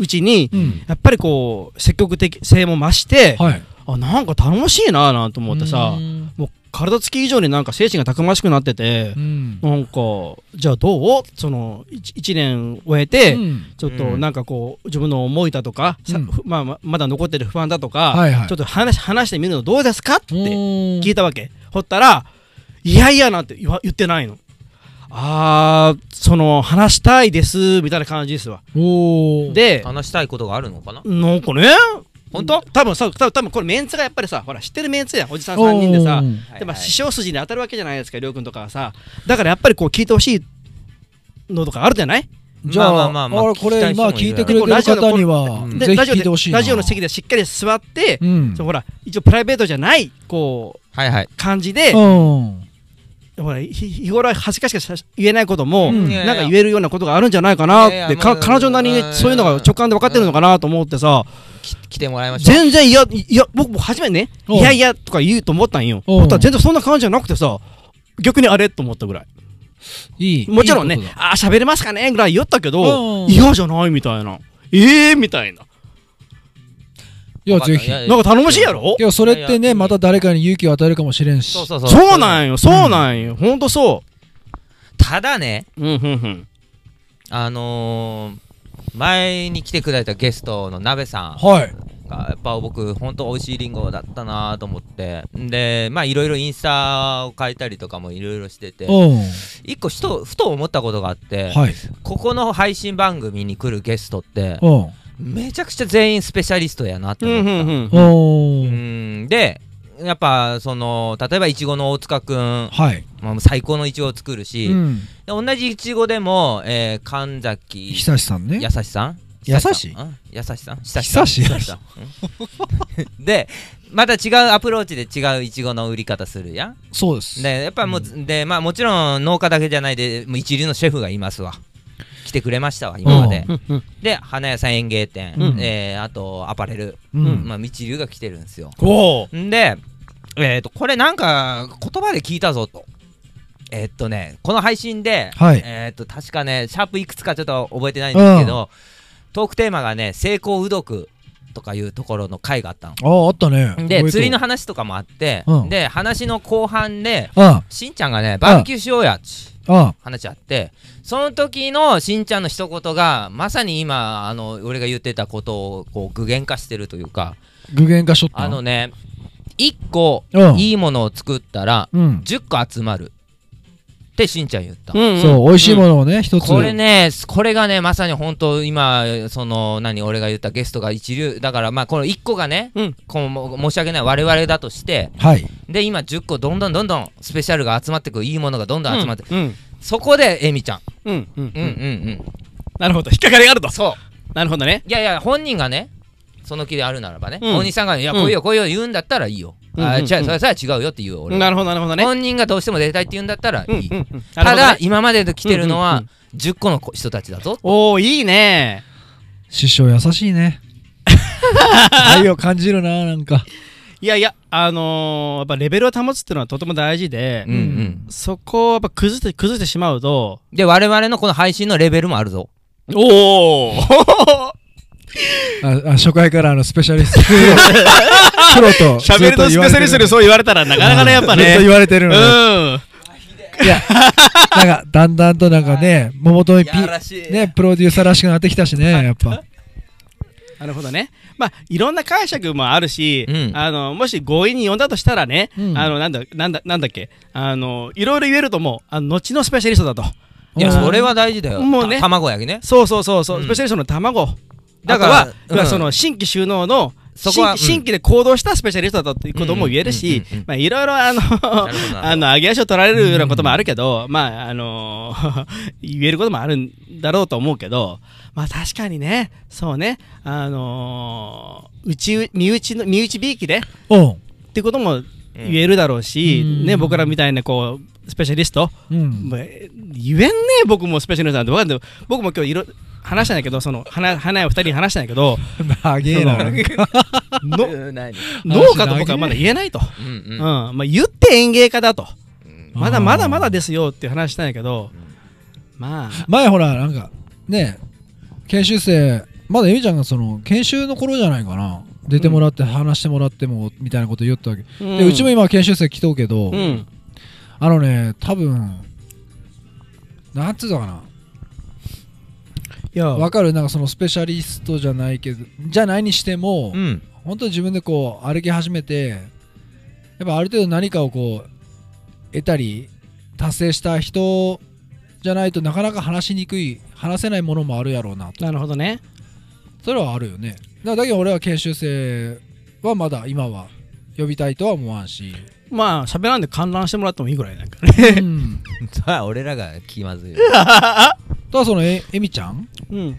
Speaker 1: うちに
Speaker 2: うん
Speaker 1: やっぱりこう積極的性も増して、
Speaker 2: はい
Speaker 1: あなんか楽しいなぁなんて思ってさ、
Speaker 2: うん
Speaker 1: もう体つき以上になんか精神がたくましくなってて、
Speaker 2: うん
Speaker 1: なんかじゃあどうその 1, 年終えて、
Speaker 2: うん
Speaker 1: ちょっとなんかこう自分の思いだとか、さ
Speaker 2: うん
Speaker 1: ふまあまあ、まだ残ってる不安だとか、
Speaker 2: はいはい
Speaker 1: ちょっと話話してみるのどうですかって
Speaker 2: うん
Speaker 1: 聞いたわけほったら「いやいや」なんて言わ言ってないの。あーその話したいですみたいな感じですわ。
Speaker 2: おお
Speaker 1: で
Speaker 3: 話したいことがあるのかな
Speaker 1: なんかね
Speaker 3: 本当
Speaker 1: 多分さ多分多分これメンツがやっぱりさほら知ってるメンツやんおじさん3人でさでまあ、師匠筋に当たるわけじゃないですか、りょうくんとかはさ。だからやっぱりこう聞いてほしいのとかあるじゃない
Speaker 2: じゃあ
Speaker 3: まあまあまあまあ
Speaker 2: あれこれ今
Speaker 3: 聞
Speaker 2: 聞
Speaker 3: き
Speaker 2: い
Speaker 3: た
Speaker 2: て
Speaker 3: い
Speaker 2: くれ
Speaker 3: 人
Speaker 2: て
Speaker 3: もい
Speaker 2: る
Speaker 3: る
Speaker 1: から
Speaker 2: 方には
Speaker 3: うん
Speaker 1: で
Speaker 2: ぜひ
Speaker 1: ラジオ
Speaker 2: 聞い
Speaker 1: で
Speaker 2: てほしいな
Speaker 1: ラジオの席でしっかり座って、
Speaker 2: うん
Speaker 1: そうほら、一応プライベートじゃない、こう、
Speaker 3: はいはい
Speaker 1: 感じで、
Speaker 2: うん
Speaker 1: ほら、ひ日頃は恥ずかしくし言えないことも、
Speaker 2: うん
Speaker 1: なんか言えるようなことがあるんじゃないかなっ
Speaker 3: いやい
Speaker 1: て、
Speaker 3: や
Speaker 1: か
Speaker 3: まあ
Speaker 1: 彼女なりにそういうのが直感で分かってるのかなと思ってさ、
Speaker 3: 来てもらいましょう
Speaker 1: 全然いや、いや、僕も初めね、
Speaker 2: うん
Speaker 1: いやいやとか言うと思ったんよ。
Speaker 2: うん
Speaker 1: ほったら全然そんな感じじゃなくてさ、逆にあれと思ったぐらい。
Speaker 2: いい
Speaker 1: もちろんね
Speaker 2: いいこ、
Speaker 1: ああ、喋れますかねぐらい言ったけ
Speaker 2: うんう
Speaker 1: ど、
Speaker 2: ん
Speaker 1: 嫌じゃないみたいな。ええみたいな。
Speaker 2: とだいやぜひ
Speaker 3: わかったいやいや
Speaker 1: なんか頼もしいやろ
Speaker 2: けどそれって
Speaker 3: いやい
Speaker 2: ね
Speaker 3: や
Speaker 2: また誰かに勇気を与えるかもしれんし
Speaker 3: そうそうそう
Speaker 1: そうなんよ、そうなんよ。ほんとそ
Speaker 3: ただね
Speaker 1: う。うん、うん、うん。
Speaker 3: あのー前に来てくれたゲストの鍋さん
Speaker 2: はい
Speaker 3: がやっぱ僕本当美味しいリンゴだったなと思ってでまあいろいろインスタを変えたりとかもいろいろしてて
Speaker 2: うん
Speaker 3: 一個ひとふと思ったことがあって、
Speaker 2: はい
Speaker 3: ここの配信番組に来るゲストって
Speaker 2: うん
Speaker 3: めちゃくちゃ全員スペシャリストやなって
Speaker 1: う
Speaker 3: 思
Speaker 1: ん
Speaker 3: っ
Speaker 1: う
Speaker 3: た、
Speaker 1: んうん
Speaker 2: う
Speaker 3: うんんでやっぱその例えばいちごの大塚くん、
Speaker 2: はい
Speaker 3: まあ、最高のいちごを作るし、
Speaker 2: うん
Speaker 3: で同じいちごでも、えー神崎
Speaker 2: 久しさんね
Speaker 3: 優しさん
Speaker 2: 優し
Speaker 3: ん優しさん
Speaker 2: 久し
Speaker 3: 久しさん久しさん
Speaker 2: <laughs>
Speaker 3: うんでまた違うアプローチで違ういちごの売り方するやん
Speaker 2: そうです
Speaker 3: でやっぱもう、でまあもちろん農家だけじゃないでもう一流のシェフがいますわ来てくれましたわ今まで、
Speaker 1: うんうん
Speaker 3: で花屋さん園芸店、
Speaker 2: うん
Speaker 3: えーあとアパレル、
Speaker 2: うん
Speaker 3: まあ一流が来てるんですよ
Speaker 1: おお
Speaker 3: んで、えー、とこれなんか言葉で聞いたぞとえーっとねこの配信で、
Speaker 2: はい
Speaker 3: えーっと確かねシャープいくつかちょっと覚えてないんですけど、トークテーマがね成功うどくとかいうところの回があった
Speaker 2: あああったね
Speaker 3: ので釣りの話とかもあって、
Speaker 2: うん
Speaker 3: で話の後半で
Speaker 2: あ
Speaker 3: しんちゃんがねバーベキューしようやっち
Speaker 2: ああ
Speaker 3: 話あってその時のしんちゃんの一言がまさに今あの俺が言ってたことをこう具現化してるというか
Speaker 2: あ具現化しとった
Speaker 3: あのね1個
Speaker 2: うん
Speaker 3: いいものを作ったら
Speaker 2: うん
Speaker 3: 10個集まるってしんちゃん言った、
Speaker 2: そう美味しいものをね一つ
Speaker 3: これねこれがねまさに本当今その何俺が言ったゲストが一流だからまあこの1個がね、
Speaker 1: うん
Speaker 3: こうも申し訳ない我々だとして
Speaker 2: はい
Speaker 3: で今10個どんどんどんどんスペシャルが集まってくるいいものがどんどん集まって、
Speaker 1: うん
Speaker 3: そこでえみちゃん
Speaker 1: うんうん
Speaker 3: うんうんうん
Speaker 1: なるほど引っかかりがあると
Speaker 3: そう
Speaker 1: なるほどね
Speaker 3: いやいや本人がねその気であるならばね、
Speaker 1: うん
Speaker 3: 大西さんが「いや
Speaker 1: うん
Speaker 3: 来いよ来いよ」言うんだったらいいよ、
Speaker 1: うん
Speaker 3: あ
Speaker 1: うん
Speaker 3: じゃ
Speaker 1: う
Speaker 3: あ
Speaker 1: ん
Speaker 3: それさえ違うよって言うよ俺は
Speaker 1: なるほどなるほどね
Speaker 3: 本人がどうしても出たいって言うんだったらいい、
Speaker 1: うんうんうんなる
Speaker 3: た
Speaker 1: ほど
Speaker 3: だ、
Speaker 1: ね
Speaker 3: 今までで来てるの
Speaker 1: う
Speaker 3: は
Speaker 1: んうん
Speaker 3: 10個の人たちだぞ、
Speaker 1: おおいいね
Speaker 2: 師匠優し
Speaker 1: <laughs>
Speaker 2: いね愛を感じるななんか
Speaker 1: いやいやあのーやっぱレベルを保つっていうのはとても大事で
Speaker 3: うんうん
Speaker 1: そこをやっぱ崩して崩してしまうと
Speaker 3: で我々のこの配信のレベルもあるぞ
Speaker 1: おお <laughs>
Speaker 2: ああ初回からあのスペシャリストプロとずっと
Speaker 1: 喋るのス
Speaker 2: 言わ
Speaker 1: ペシャ
Speaker 2: れて
Speaker 1: リ
Speaker 2: る
Speaker 1: ストにそう言われたらなかなかねやっぱ
Speaker 2: ずっと
Speaker 1: ね
Speaker 2: 言われて
Speaker 1: う
Speaker 2: る
Speaker 1: ん
Speaker 2: のでなんかだんだんとなんかね桃とピ
Speaker 3: し
Speaker 2: ねプロデューサーらしくなってきたしねやっぱ
Speaker 1: なるほどねまあいろんな解釈もあるし
Speaker 3: うん
Speaker 1: あのもし強引に呼んだとしたらね
Speaker 2: うん
Speaker 1: あのなんだなんだなんだっけあのいろいろ言えると思うあの後のスペシャリストだと
Speaker 3: いや
Speaker 2: うん
Speaker 3: それは大事だよ
Speaker 1: もうね
Speaker 3: た卵焼きね
Speaker 1: そうそうそうそう、
Speaker 3: うん
Speaker 1: スペシャリストの卵だ
Speaker 3: だか
Speaker 1: かららは、要は
Speaker 3: うん
Speaker 1: その新規収納の
Speaker 3: そこはうん
Speaker 1: 新新規で行動したスペシャリストだということも言えるし
Speaker 3: うんうんうんうん、
Speaker 1: まあいろいろあの、
Speaker 3: なるほどなるほ
Speaker 1: <laughs>
Speaker 3: ど
Speaker 1: あの、揚げ足を取られるようなこともあるけど、まあ、あの <laughs> 言えることもあるんだろうと思うけど、まあ確かにね、そうね、あのうち、身内の、身内びいきで、
Speaker 2: うん
Speaker 1: ってことも言えるだろうし、
Speaker 2: うん
Speaker 1: ね、僕らみたいなこう、スペシャリスト、
Speaker 2: うん
Speaker 1: まあ言えんね僕もスペシャルなんて分かんない僕も今日いろ話したんだけどその花花屋二人に話したんだけど
Speaker 2: <laughs> 長えななんか
Speaker 1: の
Speaker 3: <laughs> うん何
Speaker 1: 農家と僕はまだ言えないと、
Speaker 3: うんう
Speaker 1: うん
Speaker 3: ん
Speaker 1: まあ、言って園芸家だと
Speaker 3: うん
Speaker 1: ま
Speaker 2: あ
Speaker 1: だ
Speaker 2: ー
Speaker 1: まだまだですよっていう話したんだけどまあ
Speaker 2: 前ほらなんかね研修生まだゆみちゃんがその研修の頃じゃないかな出てもらって話してもらってもみたいなこと言ったわけ、
Speaker 1: うん
Speaker 2: でうちも今研修生来とうけど、
Speaker 1: うん
Speaker 2: あのね多分なんつうのかない
Speaker 1: や
Speaker 2: わかるなんかそのスペシャリストじゃないけどじゃないにしても、
Speaker 3: うん <laughs>
Speaker 2: 本当に自分でこう歩き始めてやっぱある程度何かをこう得たり達成した人じゃないとなかなか話しにくい話せないものもあるやろうなと
Speaker 1: なるほどね
Speaker 2: それはあるよねだだけど俺は研修生はまだ今は呼びたいとは思わん
Speaker 3: <laughs>
Speaker 2: し、
Speaker 1: まあ喋らんで観覧してもらってもいいぐらいなんかね
Speaker 2: うん、
Speaker 3: それは俺らが気まずいよ
Speaker 2: ただそのええみちゃん
Speaker 1: うん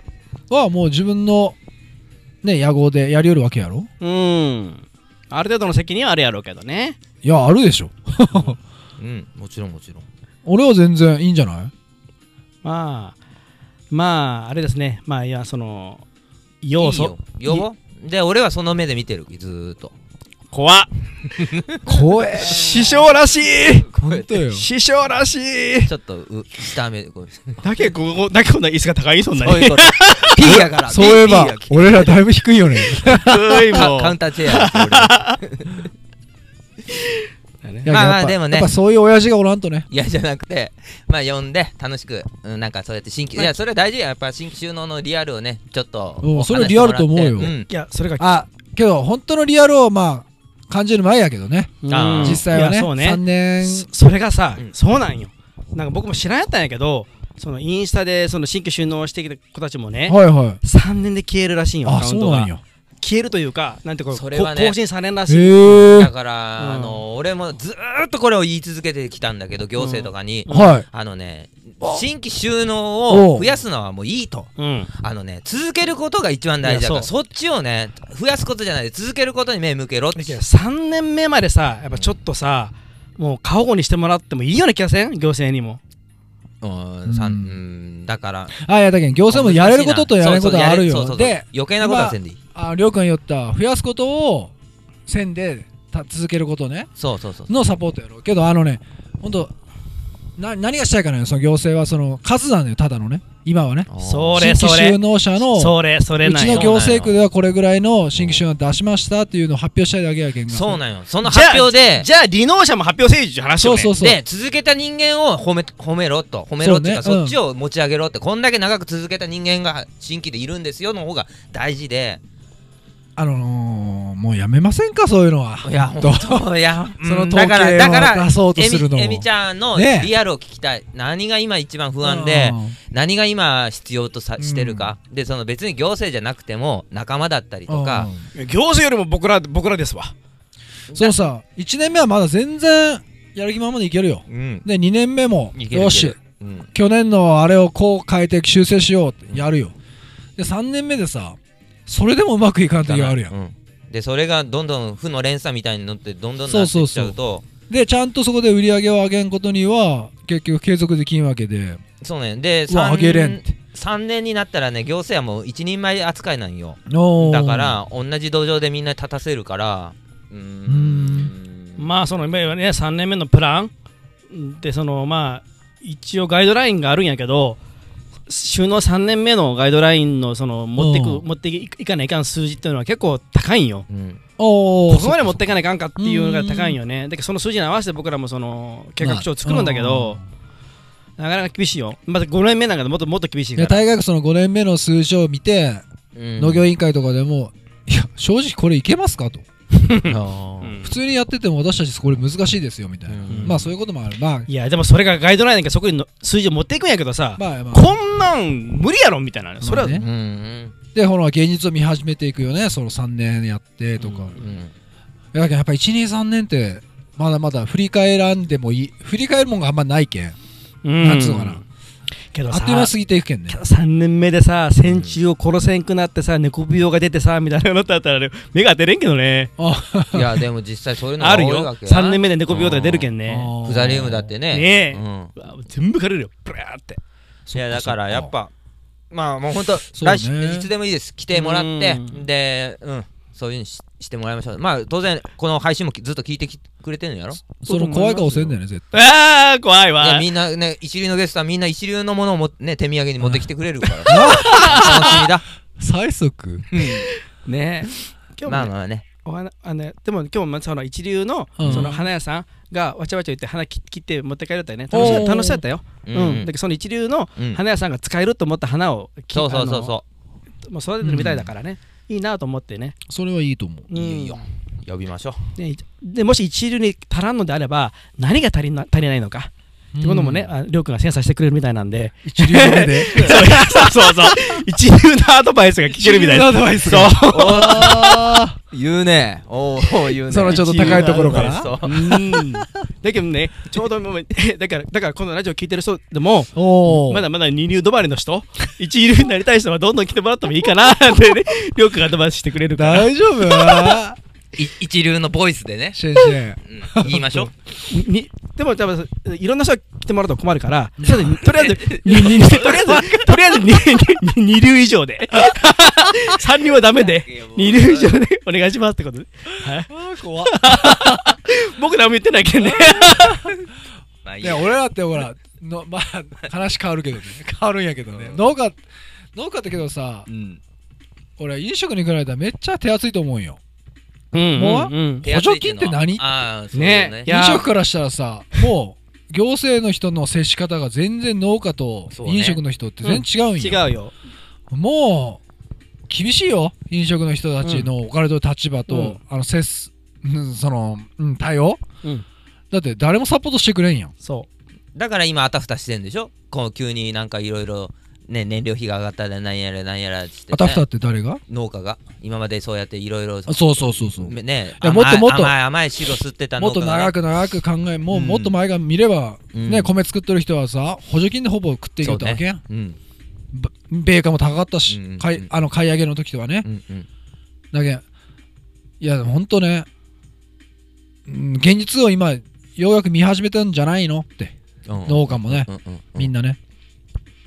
Speaker 2: はもう自分のね野号でやりよるわけやろ
Speaker 1: うんある程度の責任はあるやろうけどね
Speaker 2: いやあるでしょ
Speaker 3: うんもちろんもちろん
Speaker 2: 俺は全然いいんじゃない
Speaker 1: まあまああれですねまあいやその要素
Speaker 3: いいよ要素で俺はその目で見てるずーっと
Speaker 1: 怖っ
Speaker 2: 怖え
Speaker 1: 師匠らしい
Speaker 2: 本
Speaker 1: <laughs>
Speaker 2: 当よ
Speaker 1: 師匠らしい
Speaker 3: ちょっとう下目
Speaker 2: <laughs>
Speaker 3: ごめん
Speaker 1: だけここだけこんな椅子が高いそんなに
Speaker 3: そういうこと P やか
Speaker 2: <laughs>
Speaker 3: ら
Speaker 2: そういえ
Speaker 3: P や
Speaker 2: ば俺らだいぶ低いよね
Speaker 1: 低い <laughs>
Speaker 3: カ
Speaker 1: も
Speaker 3: カウン
Speaker 1: ん
Speaker 3: ターチェア俺
Speaker 2: いや
Speaker 3: まあまあ
Speaker 2: やっぱ
Speaker 3: でもね
Speaker 2: やっぱそういう親父がおらんとね
Speaker 3: いやじゃなくてまあ呼んで楽しく、うん、なんかそうやって新規いやそれは大事ややっぱ新規収納のリアルをねちょっと
Speaker 2: うん
Speaker 3: お話し
Speaker 2: それリアルと思うよ
Speaker 3: してもらっ
Speaker 1: い
Speaker 3: て
Speaker 1: やそれが
Speaker 2: あけど本当のリアルをまあ感じる前やけどね、
Speaker 1: あー
Speaker 2: 実際はいね
Speaker 1: やそうね
Speaker 2: 3年
Speaker 1: そそれがさ、
Speaker 3: うん
Speaker 1: そうなんよなんか僕も知らんやったんやけどそのインスタでその新規収納してきた子たちもね、
Speaker 2: はいはい
Speaker 1: 3年で消えるらしいんよア
Speaker 2: あ
Speaker 1: カウ
Speaker 2: そ
Speaker 1: ント
Speaker 2: う
Speaker 1: が
Speaker 2: なんや
Speaker 1: 消えるというかなんていうか
Speaker 3: それはね
Speaker 1: こ更新されんらしい、
Speaker 2: へえ
Speaker 3: だから、
Speaker 1: うん
Speaker 3: あの俺もずーっとこれを言い続けてきたんだけど行政とかに、
Speaker 2: はい
Speaker 3: あのね新規収納
Speaker 2: お
Speaker 3: を
Speaker 2: う
Speaker 3: 増やすのはもういいと
Speaker 1: うん
Speaker 3: あのね続けることが一番大事だから
Speaker 1: いや
Speaker 3: そっちをね増やすことじゃない続けることに目向けろって
Speaker 1: だけど3年目までさやっぱちょっとさ、もう過保護にしてもらってもいいような気がせん行政にも
Speaker 3: うんさん
Speaker 2: うん
Speaker 3: うんだから
Speaker 2: あいやだけど行政もやれることとやれることはあるよ
Speaker 3: そうそうやれ
Speaker 2: で
Speaker 3: そうそう余計なことはせんでいい
Speaker 2: ありょうくん言った増やすことをせんでた続けることね
Speaker 3: そうそうそう
Speaker 2: のサポートやろうけどあのね本当な何がしたいかなのよその行政はその数なんだよただのね今はね
Speaker 3: あー
Speaker 1: それ
Speaker 2: 新規
Speaker 1: それ
Speaker 2: 就農者の
Speaker 1: それそれ
Speaker 2: う
Speaker 1: な
Speaker 2: ち
Speaker 1: ん
Speaker 2: の
Speaker 1: よ
Speaker 2: 行政区ではこれぐらいの新規就農出しましたっていうのを発表したいだけやけんが
Speaker 3: そうなんよその
Speaker 1: じゃあ
Speaker 3: 発表で
Speaker 1: じゃあ離農者も発表せいって話
Speaker 2: そ
Speaker 1: よ、
Speaker 2: う
Speaker 1: ね、
Speaker 2: そうそう
Speaker 3: で続けた人間を褒め褒めろと褒めろっていうかそ
Speaker 2: そうねうん
Speaker 3: っちを持ち上げろってこんだけ長く続けた人間が新規でいるんですよの方が大事で
Speaker 2: あのー、もうやめませんかそういうのはい
Speaker 3: や
Speaker 2: ほんと
Speaker 3: 本当いやうん
Speaker 2: その統
Speaker 3: だからだから
Speaker 2: 計を出そうと
Speaker 3: え
Speaker 2: するの
Speaker 3: み
Speaker 2: も
Speaker 3: えみちゃんの
Speaker 2: ね
Speaker 3: リアルを聞きたい、何が今一番不安で何が今必要とさしてるか、でその別に行政じゃなくても仲間だったり
Speaker 2: うん
Speaker 3: とか
Speaker 2: う、ん
Speaker 1: 行政よりも僕ら僕らですわ
Speaker 2: そのさ1年目はまだ全然やる気ままでいけるよ
Speaker 3: うん
Speaker 2: で2年目も
Speaker 3: いける
Speaker 2: よ
Speaker 3: い
Speaker 2: し
Speaker 3: けるうん
Speaker 2: 去年のあれをこう変えて修正しようってやるよで3年目でさそれでもうまくいかん時があるやん
Speaker 3: うんでそれがどんどん負の連鎖みたいになってどんどんなって
Speaker 2: そうそう
Speaker 3: きち
Speaker 2: そう
Speaker 3: ゃうと
Speaker 2: でちゃんとそこで売り上げを上げんことには結局継続できんわけで
Speaker 3: そうねで
Speaker 2: うわ
Speaker 3: 三
Speaker 2: 上げれんって
Speaker 3: 3年になったらね行政はもう一人前扱いなんよ
Speaker 2: おー
Speaker 3: だから同じ土壌でみんな立たせるからうーん
Speaker 2: うー
Speaker 1: まあその今はね3年目のプランでそのまあ一応ガイドラインがあるんやけど収納3年目のガイドラインのその持って
Speaker 2: う
Speaker 1: く
Speaker 2: ん
Speaker 1: 持っていかないかん数字っていうのは結構高いんよ
Speaker 3: うん
Speaker 2: おー
Speaker 1: ここまで持っていかないかんかっていうのが高いんよねだけどその数字に合わせて僕らもその計画書を作るんだけどなかなか厳しいよまた5年目なんかでもっともっと厳しい
Speaker 2: い
Speaker 1: か
Speaker 2: や
Speaker 1: ら
Speaker 2: 大学その5年目の数字を見て
Speaker 3: うん
Speaker 2: 農業委員会とかでもいや正直これいけますかと
Speaker 1: うん
Speaker 3: あー
Speaker 2: 普通にやってても私たちこれ難しいですよみたいな、
Speaker 3: うん
Speaker 2: まあそういうこともあるまあ
Speaker 1: いやでもそれがガイドラインだけどそこにの数字を持っていくんやけどさ
Speaker 2: まあまあ
Speaker 1: こんなん無理やろみたいなねそれは
Speaker 2: まあ
Speaker 3: う
Speaker 2: ね、
Speaker 3: ん
Speaker 2: でほら現実を見始めていくよねその3年やってとか、
Speaker 1: うん
Speaker 3: うんうん
Speaker 2: いやだけどやっぱ123年ってまだまだ振り返らんでもいい振り返るもんがあんまないけん
Speaker 1: うん
Speaker 2: なんつうのかな
Speaker 1: けど
Speaker 2: あ
Speaker 1: さ
Speaker 2: っという間過ぎていくけんね
Speaker 1: 3年目でさ線虫を殺せんくなってさ猫病が出てさみたいなのだったらね目が当てれんけどね
Speaker 2: あ
Speaker 3: いやでも実際そういうのが
Speaker 1: ある
Speaker 3: 多い
Speaker 1: よ
Speaker 3: わけや
Speaker 1: 3年目で猫病とか出るけんね
Speaker 3: うんフザリウムだってね
Speaker 1: ねえ
Speaker 3: うん
Speaker 1: うわ全部枯れるよブラーって
Speaker 3: いやだからやっぱまあもう本当
Speaker 2: うね
Speaker 3: 来週いつでもいいです来てもらって
Speaker 1: うん
Speaker 3: でうんそういうにししてもらいましょうまあ当然この配信もきずっと聞いてきくれてるんやろ
Speaker 2: その怖い顔せんだよね絶
Speaker 1: あー怖い
Speaker 3: いや
Speaker 1: わ
Speaker 3: みんなね一流のゲストはみんな一流のものをも、ね、手土産に持ってきてくれるから <laughs> 楽しみだ
Speaker 2: 対最速
Speaker 1: ね今
Speaker 3: <laughs> まあ
Speaker 1: 日もね
Speaker 3: まあね
Speaker 1: お花あのねでも今日もまたその一流の
Speaker 2: うん
Speaker 1: その花屋さんがわちゃわちゃ言って花切切って持って帰るったよね楽しか
Speaker 2: おー
Speaker 1: 楽しかったよ
Speaker 3: う
Speaker 1: うんんだけどその一流の
Speaker 3: うん
Speaker 1: 花屋さんが使えると思った花をき
Speaker 3: そうそうそう
Speaker 1: あの
Speaker 3: そ
Speaker 1: もう育ててるみたいだからねいいなと思ってね
Speaker 2: それはいいと思う
Speaker 1: うん
Speaker 3: ういいよいいよ呼びましょう
Speaker 1: ね、でもし一流に足らんのであれば何が足りな足りないのかってこともね、
Speaker 2: うん
Speaker 1: ありょうくんが精査してくれるみたいなん
Speaker 2: <laughs>
Speaker 1: で
Speaker 2: 一流の目
Speaker 1: <laughs>
Speaker 2: で
Speaker 1: そうそうそう一流のアドバイスが聞けるみたいな
Speaker 2: 一流のアドバイス
Speaker 1: そう
Speaker 2: が
Speaker 3: <laughs> 言うねおお言う
Speaker 2: <laughs>
Speaker 3: ね
Speaker 2: そのちょっと高いところから
Speaker 3: そう
Speaker 1: うんだけどねちょうどもう <laughs> だからだからこのラジオ聞いてる人でも
Speaker 2: おお
Speaker 1: まだまだ二流止まりの人一流になりたい人はどんどん来てもらってもいいかなって
Speaker 2: <laughs>
Speaker 1: ねりょうくんがアドバイスしてくれるから
Speaker 2: 大丈
Speaker 1: <laughs>
Speaker 2: 夫
Speaker 3: <laughs> い一流のボイスでね、
Speaker 2: シェンシェン
Speaker 3: うん言いましょ <laughs> う
Speaker 1: にでも多分いろんな人が来てもらうと困る <laughs> からとりあえずとりあえず <laughs> にににとりあえずとりあえずににに二流以上 <laughs> で三流はダメで二流以上でお願いしますってことで、はい、
Speaker 2: 怖
Speaker 1: 僕何も言ってないけどね
Speaker 3: まあいい
Speaker 2: ね、俺らってほらの、まあ、話変わるけどね変わるんやけどね農家農家だけどさ
Speaker 3: うん
Speaker 2: 俺飲食に比べたらめっちゃ手厚いと思うんよ
Speaker 1: うん
Speaker 2: もう
Speaker 1: うん
Speaker 3: 手厚いの
Speaker 2: 補
Speaker 3: は
Speaker 2: 助金って何
Speaker 3: ああそうだよ
Speaker 1: ね
Speaker 3: ね
Speaker 1: いや
Speaker 2: 飲食からしたらさもう行政の人の接し方が全然農家と
Speaker 3: そうね
Speaker 2: 飲食の人って全然違うんよ、
Speaker 1: 違うよ
Speaker 2: もう厳しいよ飲食の人たちのお金と立場と、
Speaker 1: うん
Speaker 2: あの接すうんその、うん、対応
Speaker 1: うん
Speaker 2: だって誰もサポートしてくれんやん
Speaker 1: そう
Speaker 3: だから今あたふたしてんでしょこう急になんかいろいろね燃料費が上がったらなんやらなんやらってって、ね、
Speaker 2: あたふたって誰が
Speaker 3: 農家が今までそうやっていろいろ
Speaker 2: あそうそうそうそう
Speaker 3: ね
Speaker 2: いやもっともっと
Speaker 3: 甘い甘い白吸ってた
Speaker 2: も
Speaker 3: 農
Speaker 2: っ
Speaker 3: 家
Speaker 2: と
Speaker 3: が
Speaker 2: 長く長く考えもう、
Speaker 3: うん
Speaker 2: もっと前が見れば、
Speaker 3: うん
Speaker 2: ね米作ってる人はさ補助金でほぼ食っていけたわけやん、
Speaker 3: うん
Speaker 2: ば米価も高かったし、
Speaker 3: うん
Speaker 2: 買い
Speaker 3: うん
Speaker 2: あの買い上げの時とはね
Speaker 3: う、んうん
Speaker 2: だけんいやほんとね、うん、現実を今ようやく見始めたんじゃないのって
Speaker 3: うん
Speaker 2: 農家もね
Speaker 3: う、んうん
Speaker 2: みんなね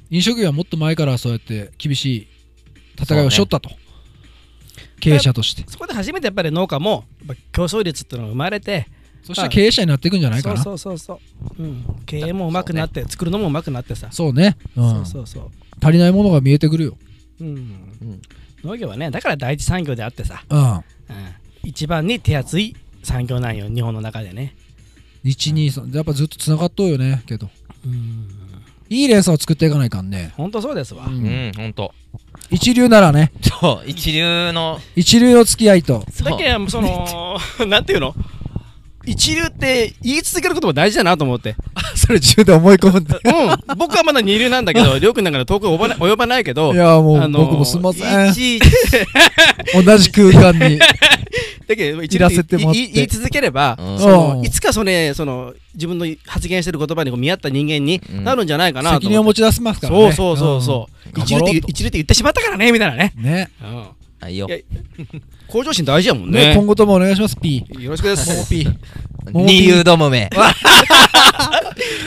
Speaker 2: 飲食業はもっと前からそうやって厳しい戦いをしょったと、経営者として
Speaker 1: そこで初めてやっぱり農家もやっぱ競争率っていうのが生まれて
Speaker 2: そして経営者になっていくんじゃないかなそう
Speaker 1: そうそうそうそう、うん、経営もうまくなって、作るのもうまくなってさ、
Speaker 2: ね、うん、
Speaker 1: そうそうそ
Speaker 2: 足りないものが見えてくるよ、
Speaker 1: う、うん、
Speaker 3: うん
Speaker 1: 農業はねだから第一産業であってさ、
Speaker 2: う
Speaker 1: う
Speaker 2: ん、
Speaker 1: ん、一番に手厚い産業なんよ日本の中でね、
Speaker 2: 123やっぱずっとつながっとうよねけど
Speaker 1: うん、
Speaker 2: いい連鎖を作っていかないかんね、
Speaker 1: ほんとそうですわ、
Speaker 2: う
Speaker 3: うんんほんと
Speaker 2: 一流ならね
Speaker 3: そう一流の
Speaker 2: <laughs> 一流の付き合いと
Speaker 3: そう
Speaker 1: だけどそ
Speaker 3: <laughs>
Speaker 1: のなんていうの一流って言い続けることも大事だなと思って、
Speaker 2: <laughs> それ自分で思い込むんで
Speaker 1: うん、 <laughs> 僕はまだ二流なんだ
Speaker 3: <laughs>
Speaker 1: けど、りょうくんなんかの遠く及ばない及ばないけど
Speaker 2: い、やもう、
Speaker 1: あのー
Speaker 2: 僕もすいません
Speaker 3: 一
Speaker 2: 同じ空間に
Speaker 1: だけど一
Speaker 2: いらせてもらって
Speaker 1: いい言い続ければ、
Speaker 3: うん
Speaker 1: その
Speaker 2: うん
Speaker 1: いつかそれその自分の発言してる言葉にこう見合った人間に
Speaker 3: うん
Speaker 1: なるんじゃないかなと
Speaker 2: 責
Speaker 1: 思
Speaker 2: 任を
Speaker 1: って、
Speaker 2: 持ち出せますから
Speaker 1: そう
Speaker 2: ね
Speaker 1: そうそうそう、
Speaker 2: うん
Speaker 1: 一流って
Speaker 2: 頑張ろうと
Speaker 1: 一流って言ってしまったからねみたいなね、
Speaker 2: うんね
Speaker 3: あいいよ
Speaker 1: いや向上心大事やもん
Speaker 2: ね
Speaker 1: ね
Speaker 2: 今後ともお願いします P
Speaker 1: よろしくです
Speaker 2: もう
Speaker 3: 二流どもめ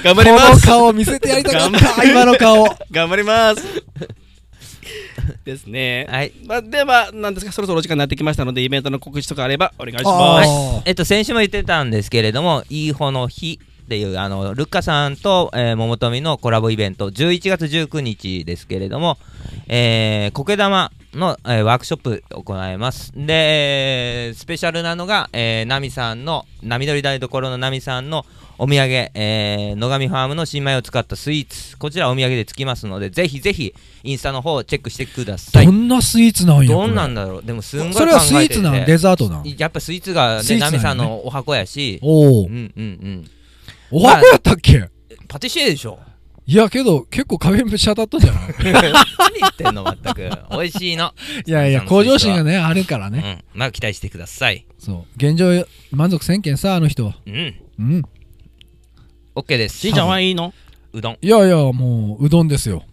Speaker 1: 頑
Speaker 2: こ
Speaker 1: 張りま
Speaker 2: の
Speaker 1: す
Speaker 2: 顔見せてやりたかった今の顔
Speaker 1: 頑張ります <laughs> ですね
Speaker 3: はい
Speaker 1: まあ、では、なんですか、そろそろお時間になってきましたので、イベントの告知とかあればお願いしま
Speaker 2: あ
Speaker 1: す。
Speaker 2: ー
Speaker 3: えっと先週も言ってたんですけれども「いいほの日」っていうあのルッカさんと、えー、桃富のコラボイベント11月19日ですけれども、えー、苔玉の、えーワークショップ行いますでえースペシャルなのが、えー、ナミさんの波乗り台所のナミさんのお土産、えー、野上ファームの新米を使ったスイーツこちらお土産でつきますのでぜひぜひインスタの方をチェックしてください
Speaker 2: どんなスイーツなんや
Speaker 3: どんな
Speaker 2: こ
Speaker 3: んだろうでもす
Speaker 2: れ
Speaker 3: んごい考えて
Speaker 2: それはスイーツな
Speaker 3: て
Speaker 2: んデザートなん
Speaker 3: やっぱスイーツが
Speaker 2: スイ
Speaker 3: ね、
Speaker 2: ーツなんや
Speaker 3: ナ
Speaker 2: ね
Speaker 3: ミさんのお箱やし、
Speaker 2: お
Speaker 3: う
Speaker 2: お
Speaker 3: んうんうん。
Speaker 2: お箱やったっけ
Speaker 3: パティシエでしょ <laughs>
Speaker 2: いやけど結構壁ぶち当たったんじゃない
Speaker 1: <laughs>
Speaker 3: 何言ってんの、
Speaker 2: <laughs>
Speaker 3: 全く。美味しいの。
Speaker 2: いやいや <laughs> 向上心がねあるからね
Speaker 3: うん。まあ、期待してください。
Speaker 2: そう現状満足せんけんさあの人は
Speaker 3: うん。
Speaker 2: うん
Speaker 3: オッケーです。
Speaker 1: しんちゃんはいいの
Speaker 3: うどん。
Speaker 2: いやいやもううどんですよ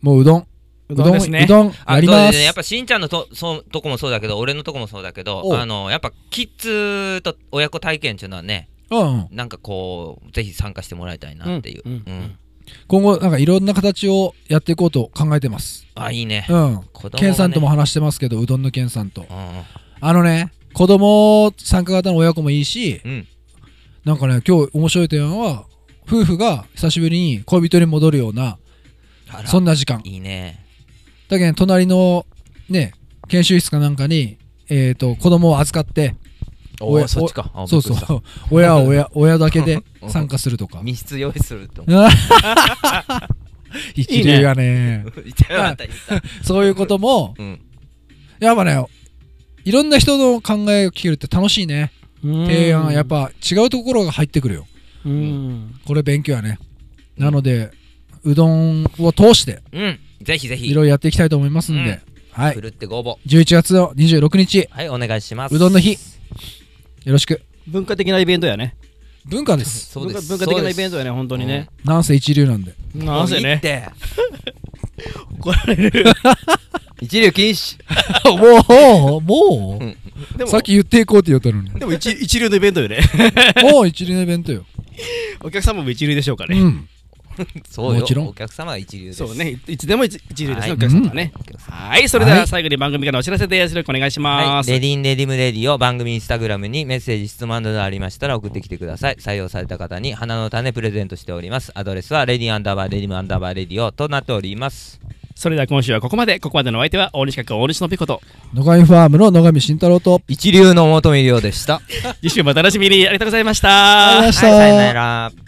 Speaker 2: もううどん
Speaker 1: うどんですね
Speaker 2: う。どんうどんやりま
Speaker 3: そう
Speaker 2: す
Speaker 3: ね。やっぱしんちゃんのとそうとこもそうだけど、俺のとこもそうだけど
Speaker 2: お、う
Speaker 3: あの、やっぱキッズと親子体験っていうのはね、
Speaker 2: うんうん
Speaker 3: なんかこう、ぜひ参加してもらいたいなっていう。
Speaker 1: う
Speaker 3: うんん。
Speaker 1: うん
Speaker 2: 今後なんかいろんな形をやっていこうと考えてます
Speaker 3: あ、いいね。
Speaker 2: うん
Speaker 3: 子供がね
Speaker 2: ケンさんとも。話してますけどうどんのケンさんと
Speaker 3: うん
Speaker 2: あのね子供参加型の親子もいいし
Speaker 3: うん。うん。
Speaker 2: なんかね今日面白い点は夫婦が久しぶりに恋人に戻るような
Speaker 3: あら
Speaker 2: そんな時間
Speaker 3: いいね。
Speaker 2: だけど隣のね研修室かなんかにえっ、と子供を預かって
Speaker 3: お
Speaker 2: お
Speaker 3: いそっちか。あ
Speaker 2: そうそ。う <laughs> 親は親親だけで参加すると <laughs>
Speaker 3: <laughs>
Speaker 2: か
Speaker 3: 密室用意すると思う。
Speaker 2: <laughs> 一流がね
Speaker 3: <laughs> 痛かった痛い
Speaker 2: そういうことも
Speaker 3: うん。
Speaker 2: やっぱねいろんな人の考えを聞けるって楽しいね提案やっ、ぱ違うところが入ってくるよ
Speaker 1: うん、
Speaker 2: これ勉強やねなのでうどんを通して
Speaker 3: うん。ぜひぜひ。
Speaker 2: いろいろやっていきたいと思いますんで、
Speaker 3: うん
Speaker 2: はい
Speaker 3: ふるってご応
Speaker 2: 11月の26日
Speaker 3: 募。はい、お願いします。
Speaker 2: うどんの日。よろしく
Speaker 1: 文化的なイベントやね。
Speaker 2: 文化です
Speaker 3: そうです。
Speaker 1: 文化文化的なイベントやね、本当にね。
Speaker 2: なんせ一流なんで
Speaker 3: そうです。
Speaker 1: なんせ
Speaker 3: もういいっ
Speaker 1: ね。
Speaker 3: て
Speaker 1: 怒られる。
Speaker 3: 一流禁止。
Speaker 2: <laughs> もうも
Speaker 3: うん
Speaker 1: <laughs> で
Speaker 2: うさ
Speaker 1: も
Speaker 2: っ、き言っていこうって言ったの <laughs> に
Speaker 1: でも一一流のイベントよね。
Speaker 2: もう一流のイベントよ、
Speaker 1: <laughs> お客様も一流でしょうか
Speaker 2: う
Speaker 1: ね。
Speaker 2: ん、
Speaker 3: そうよ。
Speaker 2: もちろん
Speaker 3: お客様が一流です。
Speaker 1: そうね、いいつでも一一流ですね、
Speaker 3: はい
Speaker 1: お客様はね。
Speaker 3: お客様。
Speaker 1: はい、それで
Speaker 2: は
Speaker 1: はい最後に番組からお知らせです。よろしくお願いしま
Speaker 3: はい、
Speaker 1: す。
Speaker 3: レディンレディムレディを番組インスタグラムにメッセージ質問などありましたら送ってきてください採用された方に花の種プレゼントしておりますアドレスはレディアンダーバーレディムアンダーバーレディオとなっております
Speaker 1: それでは今週はここまで。ここまでのお相手は、大西学大西のピコと。
Speaker 2: 野上ファームの野上慎太郎と
Speaker 3: 一流の求め量でした
Speaker 1: 次週もお楽しみに。ありがとうございまし
Speaker 2: ありがとうござい
Speaker 1: た
Speaker 2: ま。
Speaker 3: は
Speaker 2: した、
Speaker 3: いさよなら